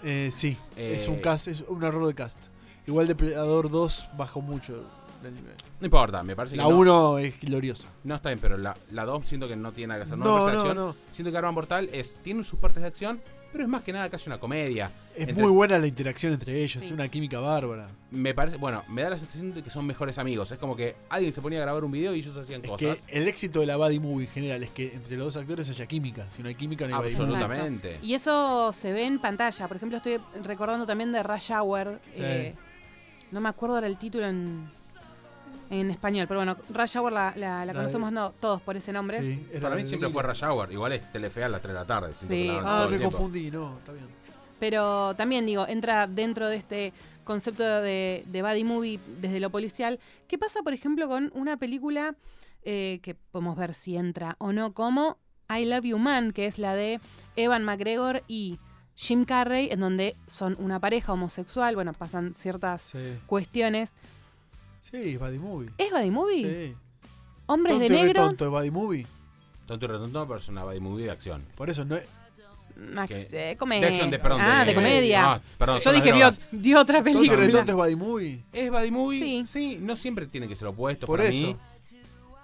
[SPEAKER 5] Eh, sí,
[SPEAKER 4] Eh,
[SPEAKER 5] es un cast, es un error de cast. Igual Depredador 2 bajó mucho del nivel.
[SPEAKER 4] No importa, me parece
[SPEAKER 5] La
[SPEAKER 4] que no-
[SPEAKER 5] 1 es gloriosa.
[SPEAKER 4] no, está bien, pero la, la 2 siento que no tiene nada que hacer. No, me
[SPEAKER 5] No,
[SPEAKER 4] parece de
[SPEAKER 5] no,
[SPEAKER 4] acción.
[SPEAKER 5] no.
[SPEAKER 4] Siento que Arma Mortal es, tiene sus partes de acción, pero es más que nada casi una comedia.
[SPEAKER 5] Es
[SPEAKER 4] Entre-
[SPEAKER 5] muy buena la interacción entre ellos,
[SPEAKER 1] Sí.
[SPEAKER 5] es una química bárbara.
[SPEAKER 4] Me parece, bueno, me da la sensación de que son mejores amigos. Es como que alguien se ponía a grabar un video y ellos hacían
[SPEAKER 5] Es que
[SPEAKER 4] cosas.
[SPEAKER 5] el éxito de la Buddy Movie en general es que entre los dos actores haya química. Si no hay química, no hay buddy movie.
[SPEAKER 4] Absolutamente.
[SPEAKER 1] Y eso se ve en pantalla. Por ejemplo, estoy recordando también de Rush Hour.
[SPEAKER 5] Sí.
[SPEAKER 1] eh, no me acuerdo ahora el título en, en español, pero bueno, Rush Hour la, la- la
[SPEAKER 5] La
[SPEAKER 1] conocemos no, todos por ese nombre.
[SPEAKER 5] Sí, era
[SPEAKER 4] Para mí
[SPEAKER 5] de-
[SPEAKER 4] siempre fue Rush Hour. Igual es Telefea a las 3 de la tarde. siento
[SPEAKER 1] Sí.
[SPEAKER 4] que la dan todo
[SPEAKER 5] Ah,
[SPEAKER 4] el
[SPEAKER 5] me
[SPEAKER 4] tiempo.
[SPEAKER 5] confundí, no, está bien.
[SPEAKER 1] Pero también digo, entra dentro de este concepto de, de buddy movie desde lo policial. ¿Qué pasa, por ejemplo, con una película eh, que podemos ver si entra o no como I Love You Man, que es la de Evan McGregor y Jim Carrey, en donde son una pareja homosexual, bueno, pasan ciertas
[SPEAKER 5] Sí,
[SPEAKER 1] cuestiones.
[SPEAKER 5] sí es Buddy Movie.
[SPEAKER 1] ¿Es buddy movie?
[SPEAKER 5] Sí.
[SPEAKER 1] ¿Hombres
[SPEAKER 5] Tonto
[SPEAKER 1] de
[SPEAKER 5] y re
[SPEAKER 1] negro?
[SPEAKER 5] tonto es Buddy Movie.
[SPEAKER 4] Tonto y retonto, pero es una body movie de acción.
[SPEAKER 5] Por eso no es.
[SPEAKER 1] Max,
[SPEAKER 4] Que-
[SPEAKER 1] eh, come-
[SPEAKER 4] De acción, de, perdón.
[SPEAKER 1] Ah, de, comedia.
[SPEAKER 4] Ah, perdón,
[SPEAKER 1] Yo
[SPEAKER 4] son las
[SPEAKER 1] dije,
[SPEAKER 4] drogas.
[SPEAKER 1] dio, dio otra
[SPEAKER 5] Tonto y re
[SPEAKER 1] película.
[SPEAKER 5] tonto es Buddy Movie.
[SPEAKER 4] ¿Es body movie?
[SPEAKER 1] Sí.
[SPEAKER 4] Sí. no siempre tiene que ser opuesto
[SPEAKER 5] Por
[SPEAKER 4] para
[SPEAKER 5] eso.
[SPEAKER 4] mí.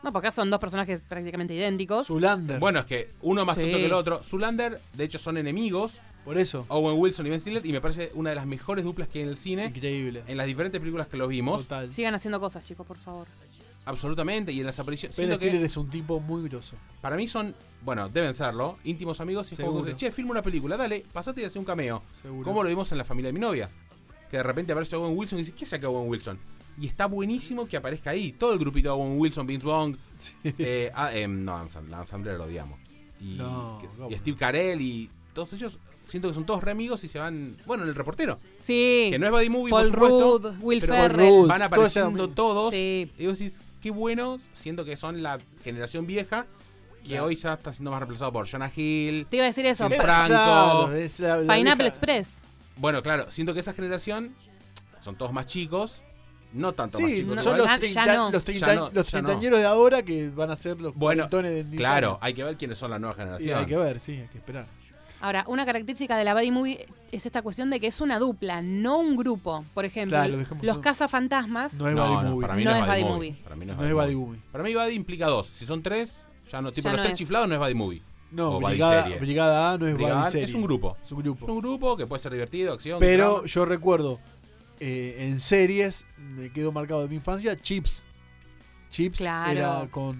[SPEAKER 1] No, porque acá son dos personajes prácticamente idénticos.
[SPEAKER 5] Zulander.
[SPEAKER 4] Bueno, es que uno más
[SPEAKER 1] Sí.
[SPEAKER 4] tonto que el otro. Zulander, de hecho, son enemigos.
[SPEAKER 5] por eso.
[SPEAKER 4] Owen Wilson y Ben Stiller. Y me parece una de las mejores duplas que hay en el cine.
[SPEAKER 5] Increíble.
[SPEAKER 4] ¿Eh? En las diferentes películas que los vimos.
[SPEAKER 5] Total.
[SPEAKER 1] Sigan haciendo cosas, chicos, por favor.
[SPEAKER 4] Absolutamente. Y en las apariciones.
[SPEAKER 5] Ben
[SPEAKER 4] siento que
[SPEAKER 5] Stiller es un tipo muy grosso.
[SPEAKER 4] para mí son, bueno, deben serlo, íntimos amigos. Y es como que,
[SPEAKER 5] Seguro.
[SPEAKER 4] che, filma una película, dale, pasate y hace un cameo.
[SPEAKER 5] Seguro.
[SPEAKER 4] Como lo vimos en la familia de mi novia. Que de repente aparece Owen Wilson y dice, ¿qué saca Owen Wilson? Y está buenísimo que aparezca ahí. Todo el grupito de Owen Wilson, Vince Wong. eh, ah, em, no, Adam Sandler, Adam Sandler lo odiamos. Y,
[SPEAKER 5] No,
[SPEAKER 4] que-
[SPEAKER 5] ¿cómo
[SPEAKER 4] y
[SPEAKER 5] no?
[SPEAKER 4] Steve Carell y todos ellos. Siento que son todos re amigos y se van. Bueno, en el reportero.
[SPEAKER 1] Sí.
[SPEAKER 4] Que no es Buddy Movie,
[SPEAKER 1] Paul
[SPEAKER 4] por supuesto.
[SPEAKER 1] Rudd, Will
[SPEAKER 4] pero
[SPEAKER 1] Ferrell.
[SPEAKER 5] Paul
[SPEAKER 4] Van
[SPEAKER 5] Rudd, todos eran
[SPEAKER 4] apareciendo
[SPEAKER 5] amigos.
[SPEAKER 4] todos.
[SPEAKER 1] Sí.
[SPEAKER 4] Y vos decís, qué bueno. Siento que son la generación vieja. Que
[SPEAKER 5] Claro.
[SPEAKER 4] hoy ya está siendo más reemplazado por Jonah Hill.
[SPEAKER 1] Te iba a decir eso.
[SPEAKER 4] Sí.
[SPEAKER 1] Pa-
[SPEAKER 4] Franco.
[SPEAKER 5] Claro, es la- la
[SPEAKER 1] Pineapple
[SPEAKER 5] vieja-
[SPEAKER 1] Express.
[SPEAKER 4] Bueno, claro, siento que esa generación son todos más chicos, no tanto más
[SPEAKER 5] Sí,
[SPEAKER 4] chicos.
[SPEAKER 1] no,
[SPEAKER 5] son
[SPEAKER 4] igual.
[SPEAKER 5] los,
[SPEAKER 1] ya-
[SPEAKER 5] treinta-
[SPEAKER 1] ya no.
[SPEAKER 5] los, treinta-
[SPEAKER 4] Ya no,
[SPEAKER 5] los
[SPEAKER 4] ya no.
[SPEAKER 5] treintañeros de ahora que van a ser los
[SPEAKER 4] Bueno,
[SPEAKER 5] cuarentones de Disney.
[SPEAKER 4] Claro, hay que ver quiénes son la nueva
[SPEAKER 5] Y
[SPEAKER 4] generación.
[SPEAKER 5] hay que ver, sí, hay que esperar.
[SPEAKER 1] Ahora, una característica de la Buddy Movie es esta cuestión de que es una dupla, no un grupo. Por ejemplo,
[SPEAKER 5] Claro, dejemos
[SPEAKER 1] los
[SPEAKER 5] eso.
[SPEAKER 1] cazafantasmas.
[SPEAKER 5] No es
[SPEAKER 4] No,
[SPEAKER 5] Buddy
[SPEAKER 4] no,
[SPEAKER 5] Movie.
[SPEAKER 4] para mí
[SPEAKER 1] No
[SPEAKER 4] no,
[SPEAKER 1] es
[SPEAKER 4] es Buddy
[SPEAKER 1] Buddy
[SPEAKER 4] Movie.
[SPEAKER 1] Movie.
[SPEAKER 4] Para mí no es
[SPEAKER 5] no es Buddy Movie.
[SPEAKER 4] Para mí Buddy implica dos. Si son tres, ya no. Tipo,
[SPEAKER 1] Ya
[SPEAKER 4] los
[SPEAKER 1] no
[SPEAKER 4] tres
[SPEAKER 1] es.
[SPEAKER 4] chiflados no es Buddy Movie.
[SPEAKER 5] No,
[SPEAKER 4] O Buddy
[SPEAKER 5] Brigada,
[SPEAKER 4] Serie.
[SPEAKER 5] Brigada A no es
[SPEAKER 4] Brigada
[SPEAKER 5] Buddy
[SPEAKER 4] es
[SPEAKER 5] Serie.
[SPEAKER 4] un grupo.
[SPEAKER 5] Es un grupo.
[SPEAKER 4] Es un grupo que puede ser divertido, acción.
[SPEAKER 5] Pero
[SPEAKER 4] drama.
[SPEAKER 5] yo recuerdo eh, en series, me quedó marcado de mi infancia, Chips. Chips
[SPEAKER 1] Claro.
[SPEAKER 5] era con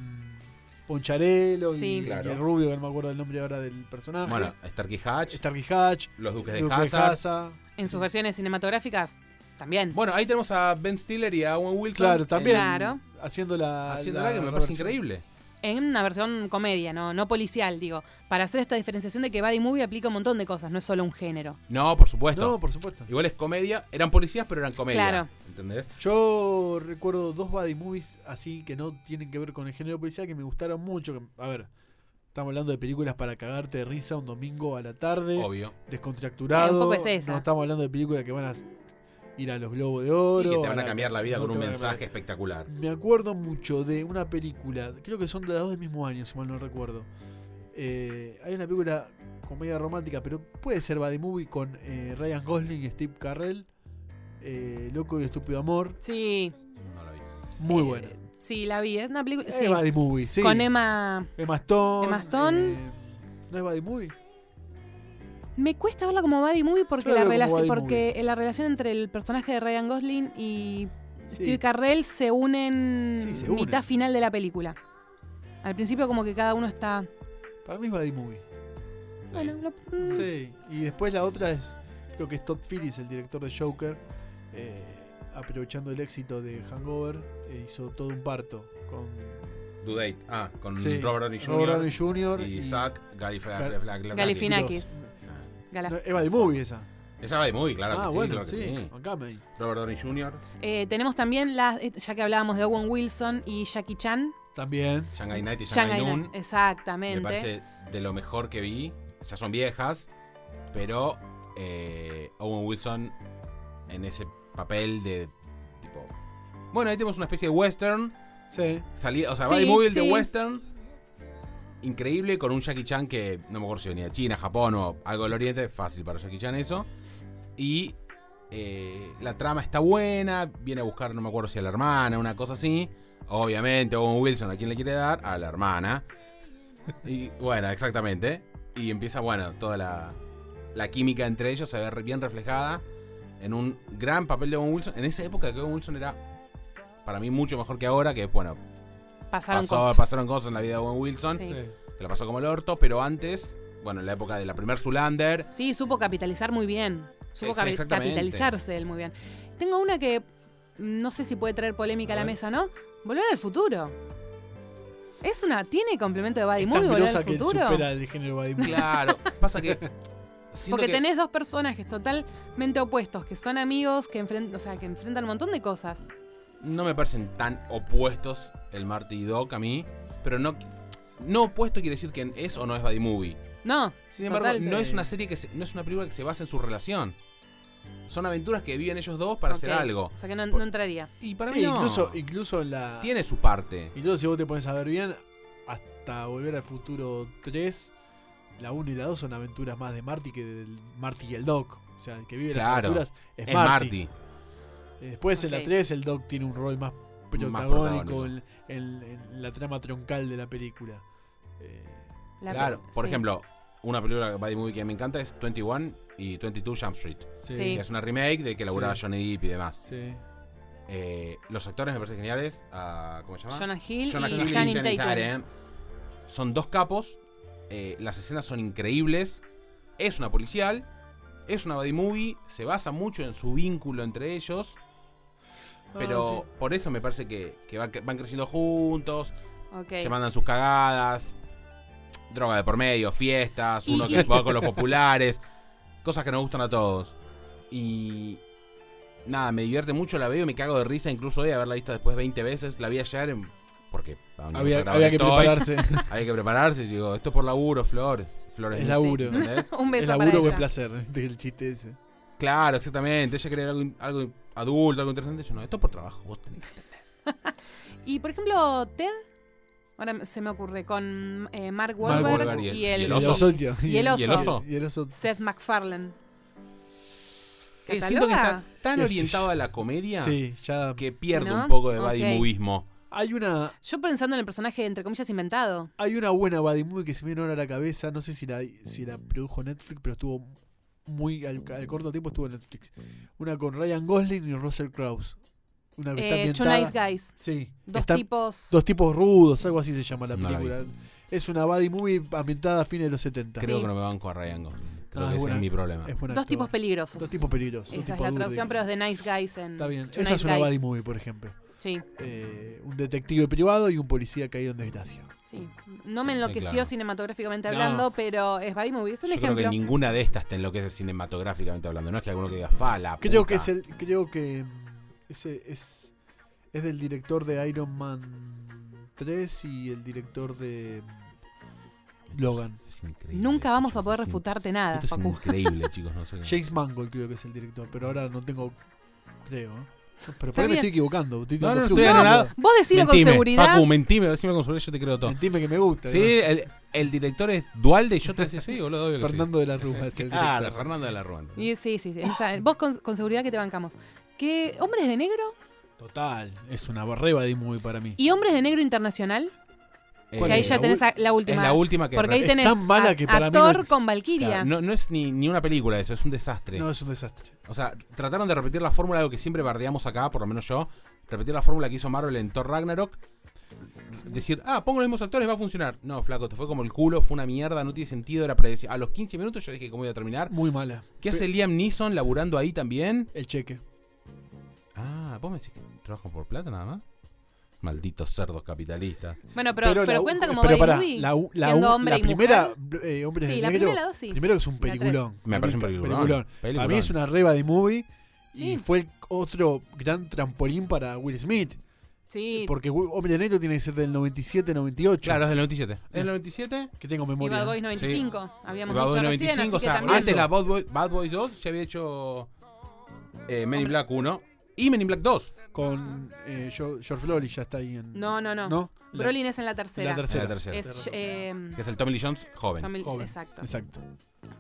[SPEAKER 5] Poncharelo y-
[SPEAKER 1] Sí.
[SPEAKER 5] y,
[SPEAKER 4] Claro.
[SPEAKER 5] el rubio, que no me acuerdo el nombre ahora del personaje.
[SPEAKER 4] Bueno, Starkey Hatch,
[SPEAKER 5] Starkey Hatch,
[SPEAKER 4] los Duques de
[SPEAKER 5] Luke de
[SPEAKER 4] Hazard.
[SPEAKER 5] Hazard.
[SPEAKER 1] En
[SPEAKER 5] Sí.
[SPEAKER 1] sus versiones cinematográficas también.
[SPEAKER 4] Bueno, ahí tenemos a Ben Stiller y a Owen Wilson. eh,
[SPEAKER 5] Claro, también.
[SPEAKER 1] Claro.
[SPEAKER 5] Haciendo la.
[SPEAKER 4] Haciendo la que me parece
[SPEAKER 5] versión.
[SPEAKER 4] increíble.
[SPEAKER 1] En una versión comedia, no, no policial, digo. Para hacer esta diferenciación de que Buddy Movie aplica un montón de cosas, no es solo un género.
[SPEAKER 4] No, por supuesto.
[SPEAKER 5] No, por supuesto.
[SPEAKER 4] Igual es comedia. Eran policías, pero eran comedia.
[SPEAKER 1] Claro.
[SPEAKER 4] ¿Entendés?
[SPEAKER 5] Yo recuerdo dos body movies así que no tienen que ver con el género policial que me gustaron mucho. que- a ver, estamos hablando de películas para cagarte de risa un domingo a la tarde,
[SPEAKER 4] Obvio.
[SPEAKER 5] descontracturado.
[SPEAKER 1] Eh, un poco es esa.
[SPEAKER 5] No estamos hablando de películas que van a ir a los Globos de Oro.
[SPEAKER 4] Y que te van
[SPEAKER 5] la-
[SPEAKER 4] a cambiar la vida
[SPEAKER 5] no
[SPEAKER 4] con un
[SPEAKER 5] te van a cambiar.
[SPEAKER 4] mensaje espectacular.
[SPEAKER 5] Me acuerdo mucho de una película, creo que son de las dos del mismo año, si mal no recuerdo. Eh, hay una película comedia romántica, pero puede ser Body Movie con eh, Ryan Gosling y Steve Carrell. eh, Loco y Estúpido Amor.
[SPEAKER 1] Sí.
[SPEAKER 4] No la vi.
[SPEAKER 5] Muy
[SPEAKER 1] Eh,
[SPEAKER 5] buena.
[SPEAKER 1] Sí, la vi. Es una película. sí.
[SPEAKER 5] Es Buddy Movie, sí.
[SPEAKER 1] Con Emma.
[SPEAKER 5] Emma Stone.
[SPEAKER 1] Emma Stone.
[SPEAKER 5] eh, ¿No es Buddy Movie?
[SPEAKER 1] Me cuesta verla como Buddy Movie porque,
[SPEAKER 5] Yo
[SPEAKER 1] la,
[SPEAKER 5] la veo
[SPEAKER 1] relaci-
[SPEAKER 5] como buddy
[SPEAKER 1] porque la relación entre el personaje de Ryan Gosling y
[SPEAKER 5] Sí.
[SPEAKER 1] Steve Carrell se unen
[SPEAKER 5] Sí, se
[SPEAKER 1] mitad
[SPEAKER 5] unen.
[SPEAKER 1] final de la película. Al principio como que cada uno está...
[SPEAKER 5] Para mí es Buddy Movie.
[SPEAKER 1] Bueno, lo- mm,
[SPEAKER 5] Sí, y después la otra es, creo que es Todd Phillips, el director de Joker, eh, aprovechando el éxito de Hangover, eh, hizo todo un parto con
[SPEAKER 4] Dudate. Ah, con
[SPEAKER 5] sí,
[SPEAKER 4] Robert Downey
[SPEAKER 5] Robert
[SPEAKER 4] Jr.
[SPEAKER 5] Downey Jr.
[SPEAKER 4] y Zack Galifra- Fla-
[SPEAKER 5] Gal-
[SPEAKER 4] Fla-
[SPEAKER 1] Galifianakis.
[SPEAKER 5] y
[SPEAKER 4] Galifianakis.
[SPEAKER 5] dos.
[SPEAKER 1] Gala.
[SPEAKER 5] No, Eva de Movie esa.
[SPEAKER 4] Esa va de muy, claro.
[SPEAKER 5] ah,
[SPEAKER 4] que sí,
[SPEAKER 5] bueno,
[SPEAKER 4] claro que
[SPEAKER 5] sí,
[SPEAKER 4] sí.
[SPEAKER 5] bancame ahí.
[SPEAKER 4] Robert Downey Jr.,
[SPEAKER 1] Eh, tenemos también, las, eh, ya que hablábamos de Owen Wilson y Jackie Chan.
[SPEAKER 5] También.
[SPEAKER 4] Shanghai Night y Shanghai,
[SPEAKER 1] Shanghai
[SPEAKER 4] Noon.
[SPEAKER 1] Night,
[SPEAKER 4] Me
[SPEAKER 1] Exactamente.
[SPEAKER 4] parece de lo mejor que vi. Ya son viejas, pero eh, Owen Wilson en ese papel de tipo. Bueno, ahí tenemos una especie de western.
[SPEAKER 5] Sí.
[SPEAKER 4] Salida, o sea,
[SPEAKER 1] Sí,
[SPEAKER 4] Buddy Movie
[SPEAKER 1] sí.
[SPEAKER 4] de western. Increíble con un Jackie Chan que no me acuerdo si venía de China, Japón o algo del Oriente. Fácil para Jackie Chan eso. Y eh, la trama está buena. Viene a buscar, no me acuerdo si a la hermana, una cosa así. Obviamente, Owen Wilson, ¿a quién le quiere dar? A la hermana. Y bueno, exactamente. Y empieza, bueno, toda la, la química entre ellos se ve re- bien reflejada en un gran papel de Owen Wilson. En esa época que Owen Wilson era para mí mucho mejor que ahora, que bueno,
[SPEAKER 1] Pasaron
[SPEAKER 4] pasó-
[SPEAKER 1] cosas.
[SPEAKER 4] pasaron cosas en la vida de Owen Wilson,
[SPEAKER 1] Sí.
[SPEAKER 5] Sí.
[SPEAKER 4] que la pasó como el orto, pero antes, bueno, en la época de la primer Zulander,
[SPEAKER 1] Sí, supo capitalizar muy bien. Supo
[SPEAKER 4] Sí, sí,
[SPEAKER 1] capi-
[SPEAKER 4] exactamente.
[SPEAKER 1] capitalizarse él muy bien. Tengo una que mm, no sé si puede traer polémica a
[SPEAKER 5] A
[SPEAKER 1] la
[SPEAKER 5] ver.
[SPEAKER 1] mesa, ¿no? Volver al futuro. Es una. Tiene complemento de Buddy
[SPEAKER 5] Es
[SPEAKER 1] Movie
[SPEAKER 5] tan
[SPEAKER 1] Volver al
[SPEAKER 5] grosa que
[SPEAKER 1] futuro.
[SPEAKER 5] supera el género Buddy Movie.
[SPEAKER 4] claro, pasa que... siento
[SPEAKER 1] Porque
[SPEAKER 4] que-
[SPEAKER 1] tenés dos personajes totalmente opuestos, que son amigos, que enfrentan, o sea, que enfrentan un montón de cosas.
[SPEAKER 4] no me parecen tan opuestos el Marty y Doc a mí, pero no, no opuesto quiere decir que es o no es Buddy Movie.
[SPEAKER 1] No.
[SPEAKER 4] Sin embargo,
[SPEAKER 1] total,
[SPEAKER 4] no
[SPEAKER 1] sí.
[SPEAKER 4] es una serie que se- no es una película que se basa en su relación. Son aventuras que viven ellos dos para
[SPEAKER 1] Ok.
[SPEAKER 4] hacer algo.
[SPEAKER 1] O sea que no,
[SPEAKER 4] Por-
[SPEAKER 1] no entraría.
[SPEAKER 4] Y para
[SPEAKER 5] Sí,
[SPEAKER 4] mí no.
[SPEAKER 5] incluso, incluso en la.
[SPEAKER 4] tiene su parte.
[SPEAKER 5] Incluso si vos te pones a ver bien, hasta volver al futuro 3, la 1 y la 2 son aventuras más de Marty que del Marty y el Doc. O sea, el que vive las
[SPEAKER 4] Claro.
[SPEAKER 5] aventuras es,
[SPEAKER 4] Es
[SPEAKER 5] Marty.
[SPEAKER 4] Marty.
[SPEAKER 5] Eh, Después en
[SPEAKER 1] Ok.
[SPEAKER 5] la 3 el Doc tiene un rol más
[SPEAKER 4] protagónico.
[SPEAKER 5] protagónico en, en- en la trama troncal de la película. Eh,
[SPEAKER 1] La-
[SPEAKER 4] claro, por
[SPEAKER 1] sí.
[SPEAKER 4] ejemplo, una película Buddy Movie que me encanta es 21 y 22 Jump Street.
[SPEAKER 5] sí,
[SPEAKER 1] Sí.
[SPEAKER 4] Que es una remake de que laburaba
[SPEAKER 5] Sí.
[SPEAKER 4] Johnny Depp y demás.
[SPEAKER 5] sí.
[SPEAKER 4] Eh, los actores me parecen geniales. ah, ¿Cómo se llama?
[SPEAKER 1] Jonah Hill
[SPEAKER 4] Jonah
[SPEAKER 1] y
[SPEAKER 4] Hill
[SPEAKER 1] Channing Tatum.
[SPEAKER 4] Tatum. ¿eh? Son dos capos. eh, las escenas son increíbles. Es una policial. Es una buddy movie. Se basa mucho en su vínculo entre ellos. Pero
[SPEAKER 5] Ah,
[SPEAKER 4] por eso me parece que, que van, cre- van creciendo juntos.
[SPEAKER 1] Ok.
[SPEAKER 4] Se mandan sus cagadas. Droga de por medio, fiestas,
[SPEAKER 1] Y-
[SPEAKER 4] uno
[SPEAKER 1] y-
[SPEAKER 4] que juega con los populares. Cosas que nos gustan a todos. Y. Nada, me divierte mucho, la veo, me cago de risa incluso de haberla visto después 20 veces. La vi ayer en- porque
[SPEAKER 5] sí.
[SPEAKER 4] vamos a
[SPEAKER 5] Había,
[SPEAKER 4] grabar
[SPEAKER 5] había que
[SPEAKER 4] esto hoy.
[SPEAKER 5] prepararse.
[SPEAKER 4] Había que prepararse, digo, esto es por laburo, Flor. Flor
[SPEAKER 5] es laburo.
[SPEAKER 4] ¿entendés?
[SPEAKER 1] Un
[SPEAKER 5] Es
[SPEAKER 1] beso
[SPEAKER 5] laburo o
[SPEAKER 1] para
[SPEAKER 5] es
[SPEAKER 1] ella.
[SPEAKER 5] placer. El chiste ese.
[SPEAKER 4] Claro, exactamente. Ella quería algo, in- algo adulto, algo interesante. Yo no, esto es por trabajo, vos tenés.
[SPEAKER 1] Y por ejemplo, Ted, ahora me- se me ocurre con eh, Mark
[SPEAKER 5] Mark
[SPEAKER 1] Wahlberg,
[SPEAKER 4] Wahlberg
[SPEAKER 1] y,
[SPEAKER 4] y el-
[SPEAKER 1] el,
[SPEAKER 4] y el
[SPEAKER 5] Y
[SPEAKER 4] oso.
[SPEAKER 5] tío.
[SPEAKER 1] Y el
[SPEAKER 4] ¿Y el
[SPEAKER 1] oso.
[SPEAKER 4] oso?
[SPEAKER 5] Y el oso.
[SPEAKER 1] Seth MacFarlane.
[SPEAKER 4] Eh,
[SPEAKER 1] ¿Cataloga?
[SPEAKER 4] siento que está tan
[SPEAKER 5] Sí, sí.
[SPEAKER 4] orientado a la comedia
[SPEAKER 5] Sí, ya.
[SPEAKER 4] que pierde
[SPEAKER 1] ¿No?
[SPEAKER 4] un poco de
[SPEAKER 1] Ok.
[SPEAKER 4] buddy movismo.
[SPEAKER 5] Hay una,
[SPEAKER 1] Yo pensando en el personaje, entre comillas, inventado.
[SPEAKER 5] Hay una buena Buddy Movie que se me viene ahora a la cabeza. No sé si la, si la produjo Netflix, pero estuvo muy. Al, al corto tiempo estuvo en Netflix. Una con Ryan Gosling y Russell Crowe. Una que está
[SPEAKER 1] Eh, Two
[SPEAKER 5] ambientada.
[SPEAKER 1] Nice Guys.
[SPEAKER 5] Sí.
[SPEAKER 1] Dos
[SPEAKER 5] está-
[SPEAKER 1] tipos.
[SPEAKER 5] dos tipos rudos, algo así se llama la
[SPEAKER 4] No la
[SPEAKER 5] película. es una Buddy Movie ambientada a fines de los 70.
[SPEAKER 4] Creo
[SPEAKER 1] Sí.
[SPEAKER 4] que no me banco a Ryan Gosling. Creo que
[SPEAKER 5] Ah, es
[SPEAKER 4] ese
[SPEAKER 5] buena.
[SPEAKER 4] es mi problema.
[SPEAKER 5] Es buen
[SPEAKER 1] dos
[SPEAKER 5] actor.
[SPEAKER 1] tipos peligrosos.
[SPEAKER 5] Dos tipos peligrosos. dos
[SPEAKER 1] Esa es
[SPEAKER 5] tipos
[SPEAKER 1] la
[SPEAKER 5] duros,
[SPEAKER 1] traducción, pero
[SPEAKER 5] digamos.
[SPEAKER 1] es de Nice Guys en.
[SPEAKER 5] Está bien.
[SPEAKER 1] Two
[SPEAKER 5] Esa
[SPEAKER 1] Nice
[SPEAKER 5] es una
[SPEAKER 1] Guys.
[SPEAKER 5] Buddy Movie, por ejemplo.
[SPEAKER 1] Sí,
[SPEAKER 5] Eh, un detective privado y un policía caído en desgracia.
[SPEAKER 1] sí. No me
[SPEAKER 4] Sí,
[SPEAKER 1] enloqueció
[SPEAKER 4] claro.
[SPEAKER 1] cinematográficamente
[SPEAKER 5] No.
[SPEAKER 1] hablando, pero es Buddy Movie. Es un
[SPEAKER 4] Yo creo que
[SPEAKER 1] ejemplo.
[SPEAKER 4] ninguna de estas te enloquece cinematográficamente hablando. No es que alguno que diga fala.
[SPEAKER 5] Creo que es el. Creo que. mm, Ese es. Es del director de Iron Man 3 y el director de. mm, Logan.
[SPEAKER 1] Nunca vamos a poder refutarte nada,
[SPEAKER 4] Esto es
[SPEAKER 1] Facu.
[SPEAKER 4] increíble, chicos. No sé.
[SPEAKER 5] James Mangold creo que es el director, pero ahora no tengo. Creo. ¿eh? Pero
[SPEAKER 1] Está
[SPEAKER 5] por ahí me
[SPEAKER 1] bien.
[SPEAKER 5] estoy equivocando. Estoy
[SPEAKER 4] No, no,
[SPEAKER 5] tirando
[SPEAKER 4] estoy
[SPEAKER 5] fruta,
[SPEAKER 4] agradado.
[SPEAKER 5] boludo.
[SPEAKER 1] Vos decilo con
[SPEAKER 4] Mentime,
[SPEAKER 1] seguridad.
[SPEAKER 4] Facu, mentime, decime con seguridad, yo te creo todo.
[SPEAKER 5] Mentime que me gusta.
[SPEAKER 4] Sí, el, el director es Dualde y yo te decía, sí, boludo, obvio
[SPEAKER 5] ¿no?
[SPEAKER 4] que sí.
[SPEAKER 5] Fernando de la Rúa es el
[SPEAKER 4] Claro,
[SPEAKER 5] director.
[SPEAKER 4] Fernando de la Eh, Ruan.
[SPEAKER 1] Y sí, sí, sí, esa- vos con, con seguridad que te bancamos. ¿Qué, ¿Hombres de negro?
[SPEAKER 5] Total, es una barreba de movie para mí.
[SPEAKER 1] ¿Y Hombres de Negro Internacional?
[SPEAKER 5] ¿Cuál
[SPEAKER 1] Que ahí
[SPEAKER 5] es?
[SPEAKER 1] ya
[SPEAKER 5] La
[SPEAKER 1] tenés
[SPEAKER 5] ul-
[SPEAKER 1] a- la última.
[SPEAKER 4] Es la última que
[SPEAKER 1] Porque ahí
[SPEAKER 5] es
[SPEAKER 1] tenés
[SPEAKER 5] tan mala
[SPEAKER 1] a-
[SPEAKER 5] que para mí no
[SPEAKER 1] actor
[SPEAKER 5] es-
[SPEAKER 1] con Valkyria.
[SPEAKER 4] Claro, no, no es ni, ni una película eso, es un desastre.
[SPEAKER 5] No, es un desastre.
[SPEAKER 4] O sea, trataron de repetir la fórmula de lo que siempre bardeamos acá, por lo menos yo. Repetir la fórmula que hizo Marvel en Thor Ragnarok. Decir, ah, pongo los mismos actores, va a funcionar. No, flaco, te fue como el culo, fue una mierda, no tiene sentido, era predecible. A los 15 minutos yo dije cómo iba a terminar.
[SPEAKER 5] Muy mala.
[SPEAKER 4] ¿Qué hace Liam Neeson laburando ahí también?
[SPEAKER 5] El cheque.
[SPEAKER 4] Ah, vos me decís que trabajo por plata nada más. Malditos cerdos capitalistas.
[SPEAKER 1] Bueno, pero, pero,
[SPEAKER 5] la u-
[SPEAKER 1] cuenta como
[SPEAKER 5] pero
[SPEAKER 1] Baby
[SPEAKER 5] pará,
[SPEAKER 1] Louis,
[SPEAKER 5] la, u- la,
[SPEAKER 1] siendo
[SPEAKER 5] u-
[SPEAKER 1] hombre
[SPEAKER 5] la
[SPEAKER 1] y
[SPEAKER 5] primera
[SPEAKER 1] mujer.
[SPEAKER 5] eh, Hombres
[SPEAKER 1] Sí,
[SPEAKER 5] de
[SPEAKER 1] la
[SPEAKER 5] Negro.
[SPEAKER 1] primera dos sí.
[SPEAKER 5] Primero que es un
[SPEAKER 1] La tres.
[SPEAKER 5] peliculón.
[SPEAKER 4] Me parece un peliculón.
[SPEAKER 5] Para mí
[SPEAKER 4] Peliculón.
[SPEAKER 5] es una reba de movie.
[SPEAKER 1] Sí.
[SPEAKER 5] Y fue el otro gran trampolín para Will Smith.
[SPEAKER 1] Sí,
[SPEAKER 5] Porque Wi- Hombre de Negro tiene que ser del 97, 98.
[SPEAKER 4] Claro, es del 97. ¿Es del 97?
[SPEAKER 5] Que tengo
[SPEAKER 1] y
[SPEAKER 5] memoria.
[SPEAKER 1] Bad Boys 95. Habíamos
[SPEAKER 4] Bad
[SPEAKER 1] dicho
[SPEAKER 4] Boys
[SPEAKER 1] recién,
[SPEAKER 4] 95, o
[SPEAKER 1] así
[SPEAKER 4] sea,
[SPEAKER 1] que también...
[SPEAKER 5] ah,
[SPEAKER 4] antes la Bad Boys, Bad Boys 2 ya había hecho eh, Men in Black 1 y Men in Black 2.
[SPEAKER 5] Con eh, Jo- George Lowry ya está ahí en.
[SPEAKER 1] No, no, no.
[SPEAKER 5] ¿No? La-
[SPEAKER 1] Brolin es en la
[SPEAKER 5] la,
[SPEAKER 1] tercera.
[SPEAKER 5] tercera.
[SPEAKER 4] La tercera.
[SPEAKER 1] Es, eh,
[SPEAKER 4] Que es el Tommy Lee Jones joven.
[SPEAKER 1] Tom Hiddleston,
[SPEAKER 5] Joven.
[SPEAKER 1] exacto.
[SPEAKER 5] Exacto.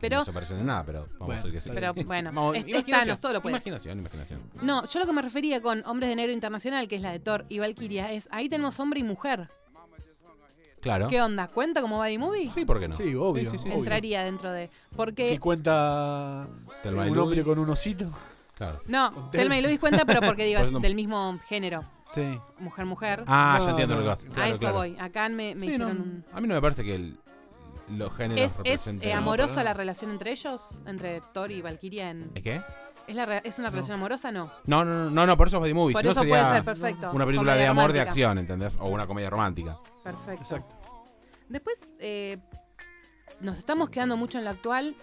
[SPEAKER 1] Pero-
[SPEAKER 4] No se parecen en nada, pero vamos
[SPEAKER 5] Bueno,
[SPEAKER 4] a decir que sí.
[SPEAKER 1] Pero bueno,
[SPEAKER 4] Vamos,
[SPEAKER 1] es, es
[SPEAKER 4] imaginación,
[SPEAKER 1] Thanos, todo lo puede.
[SPEAKER 4] Imaginación, imaginación.
[SPEAKER 1] No, yo lo que me refería con Hombres de Negro Internacional, que es la de Thor y Valkyria, es ahí tenemos hombre y mujer.
[SPEAKER 4] Claro.
[SPEAKER 1] ¿Qué onda? ¿Cuenta como Buddy Movie?
[SPEAKER 4] Sí, ¿por qué no?
[SPEAKER 5] Sí, obvio,
[SPEAKER 4] Sí, sí, sí.
[SPEAKER 5] obvio.
[SPEAKER 1] Entraría dentro de. Porque.
[SPEAKER 5] Si cuenta
[SPEAKER 4] Thelma y
[SPEAKER 5] un
[SPEAKER 4] Louise.
[SPEAKER 5] hombre con un osito.
[SPEAKER 4] Claro.
[SPEAKER 1] no,
[SPEAKER 5] con
[SPEAKER 1] Telma y
[SPEAKER 5] Thelma.
[SPEAKER 1] Luis cuenta, pero porque digo,
[SPEAKER 4] Por eso no-
[SPEAKER 1] del mismo género.
[SPEAKER 5] Sí.
[SPEAKER 1] Mujer-mujer.
[SPEAKER 4] Ah,
[SPEAKER 5] No,
[SPEAKER 4] ya entiendo
[SPEAKER 5] no,
[SPEAKER 4] lo que vas.
[SPEAKER 5] a
[SPEAKER 1] a
[SPEAKER 4] claro,
[SPEAKER 1] eso
[SPEAKER 4] claro.
[SPEAKER 1] voy. Acá me, me
[SPEAKER 4] Sí, no,
[SPEAKER 1] hicieron un.
[SPEAKER 4] A mí no me parece que el- los géneros
[SPEAKER 1] ¿Es, es,
[SPEAKER 4] representen.
[SPEAKER 1] eh,
[SPEAKER 5] No,
[SPEAKER 1] amorosa
[SPEAKER 5] perdón.
[SPEAKER 1] la relación entre ellos? ¿Entre Thor y Valkyria? En...
[SPEAKER 4] ¿Eh, ¿Qué?
[SPEAKER 1] ¿Es, la re- ¿Es una
[SPEAKER 5] No.
[SPEAKER 1] relación amorosa? No.
[SPEAKER 4] No, no, no, no, no, por eso es Buddy Movie.
[SPEAKER 1] Por
[SPEAKER 4] si no
[SPEAKER 1] eso
[SPEAKER 4] sería
[SPEAKER 1] puede ser perfecto.
[SPEAKER 4] una película
[SPEAKER 1] Comedia
[SPEAKER 4] de amor de
[SPEAKER 1] romántica.
[SPEAKER 4] acción, ¿entendés? O una comedia romántica.
[SPEAKER 1] Perfecto.
[SPEAKER 5] Exacto.
[SPEAKER 1] Después, eh, nos estamos quedando mucho en lo actual.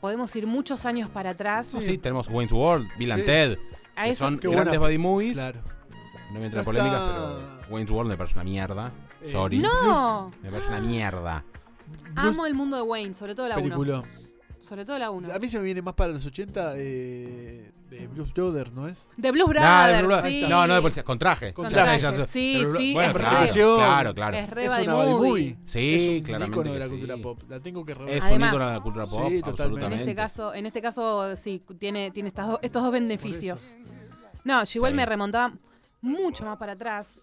[SPEAKER 1] Podemos ir muchos años para atrás.
[SPEAKER 4] Sí, tenemos Wayne's World, Bill and
[SPEAKER 5] Sí.
[SPEAKER 4] Ted,
[SPEAKER 1] A
[SPEAKER 4] que
[SPEAKER 1] eso
[SPEAKER 4] son
[SPEAKER 5] Qué
[SPEAKER 4] grandes
[SPEAKER 5] buena.
[SPEAKER 4] Buddy Movies.
[SPEAKER 5] Claro.
[SPEAKER 4] No me entra
[SPEAKER 5] No
[SPEAKER 4] polémicas,
[SPEAKER 5] está-
[SPEAKER 4] pero Wayne's World me parece una mierda.
[SPEAKER 5] Eh,
[SPEAKER 4] Sorry.
[SPEAKER 1] ¡No!
[SPEAKER 4] Me parece una mierda.
[SPEAKER 1] Amo el mundo de Wayne, sobre todo la 1.
[SPEAKER 5] Película.
[SPEAKER 1] Sobre todo la 1.
[SPEAKER 5] A mí se me viene más para los 80 eh, de Blues Brothers, ¿no es?
[SPEAKER 1] De Blues
[SPEAKER 4] Nah, de
[SPEAKER 1] Brothers,
[SPEAKER 4] Blue-
[SPEAKER 1] sí.
[SPEAKER 4] No, no, de policía, con traje.
[SPEAKER 5] Con
[SPEAKER 1] Con
[SPEAKER 5] traje.
[SPEAKER 1] traje, Sí,
[SPEAKER 4] Pero-
[SPEAKER 1] sí.
[SPEAKER 4] bueno,
[SPEAKER 1] es
[SPEAKER 5] claro,
[SPEAKER 1] re-
[SPEAKER 5] persecución.
[SPEAKER 4] claro, claro.
[SPEAKER 1] Es re
[SPEAKER 5] es
[SPEAKER 1] by
[SPEAKER 5] una body
[SPEAKER 1] movie. este
[SPEAKER 5] movie.
[SPEAKER 4] Sí,
[SPEAKER 5] es un
[SPEAKER 4] claramente
[SPEAKER 5] ícono de
[SPEAKER 4] que
[SPEAKER 5] la
[SPEAKER 4] sí.
[SPEAKER 5] cultura pop. La tengo que rever.
[SPEAKER 4] Es un
[SPEAKER 1] Además-
[SPEAKER 4] ícono de la cultura pop,
[SPEAKER 5] Sí, totalmente.
[SPEAKER 1] En
[SPEAKER 4] absolutamente.
[SPEAKER 1] este caso, en este caso sí, tiene, tiene estas do- estos dos beneficios. No, yo igual
[SPEAKER 4] Sí.
[SPEAKER 1] me remontaba mucho más para atrás.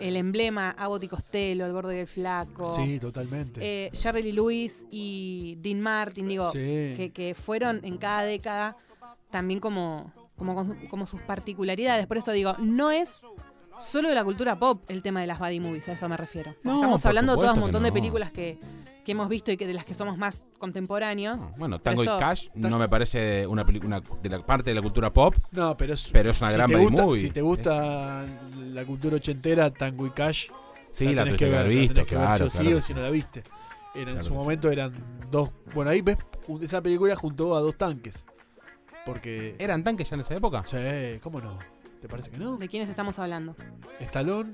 [SPEAKER 1] El emblema Abbott y Costello, el gordo y el flaco.
[SPEAKER 5] Sí, totalmente.
[SPEAKER 1] eh, Jerry Lee Lewis y Dean Martin, digo,
[SPEAKER 5] Sí.
[SPEAKER 1] que, que fueron en cada década también como, como, con su- como sus particularidades. Por eso digo, no es solo de la cultura pop el tema de las buddy movies, a eso me refiero.
[SPEAKER 4] No,
[SPEAKER 1] Estamos
[SPEAKER 4] por
[SPEAKER 1] hablando de todas un
[SPEAKER 4] supuesto que
[SPEAKER 1] montón de
[SPEAKER 4] no.
[SPEAKER 1] películas que, que hemos visto y que de las que somos más contemporáneos.
[SPEAKER 4] No, Bueno,
[SPEAKER 1] Pero
[SPEAKER 4] Tango y
[SPEAKER 1] esto-
[SPEAKER 4] Cash no me parece una película de la parte de la cultura pop.
[SPEAKER 5] No, pero es,
[SPEAKER 4] Pero es una gran
[SPEAKER 5] te
[SPEAKER 4] buddy
[SPEAKER 5] gusta-
[SPEAKER 4] movie.
[SPEAKER 5] Si te gusta la cultura ochentera, Tango y Cash,
[SPEAKER 4] Sí, la,
[SPEAKER 5] tenés
[SPEAKER 4] tuviste que haber
[SPEAKER 5] la
[SPEAKER 4] visto,
[SPEAKER 5] tenés que ver
[SPEAKER 4] claro.
[SPEAKER 5] sí o sí,
[SPEAKER 4] claro.
[SPEAKER 5] o si no la viste. Era,
[SPEAKER 4] Claro
[SPEAKER 5] en
[SPEAKER 4] que
[SPEAKER 5] su
[SPEAKER 4] sí.
[SPEAKER 5] momento eran dos. Bueno, ahí ves, jun- esa película juntó a dos tanques. Porque.
[SPEAKER 4] ¿Eran tanques ya en esa época?
[SPEAKER 5] Sí, ¿cómo no? ¿Te parece que
[SPEAKER 4] Ah.
[SPEAKER 5] no?
[SPEAKER 1] ¿De quiénes estamos hablando?
[SPEAKER 5] Stallone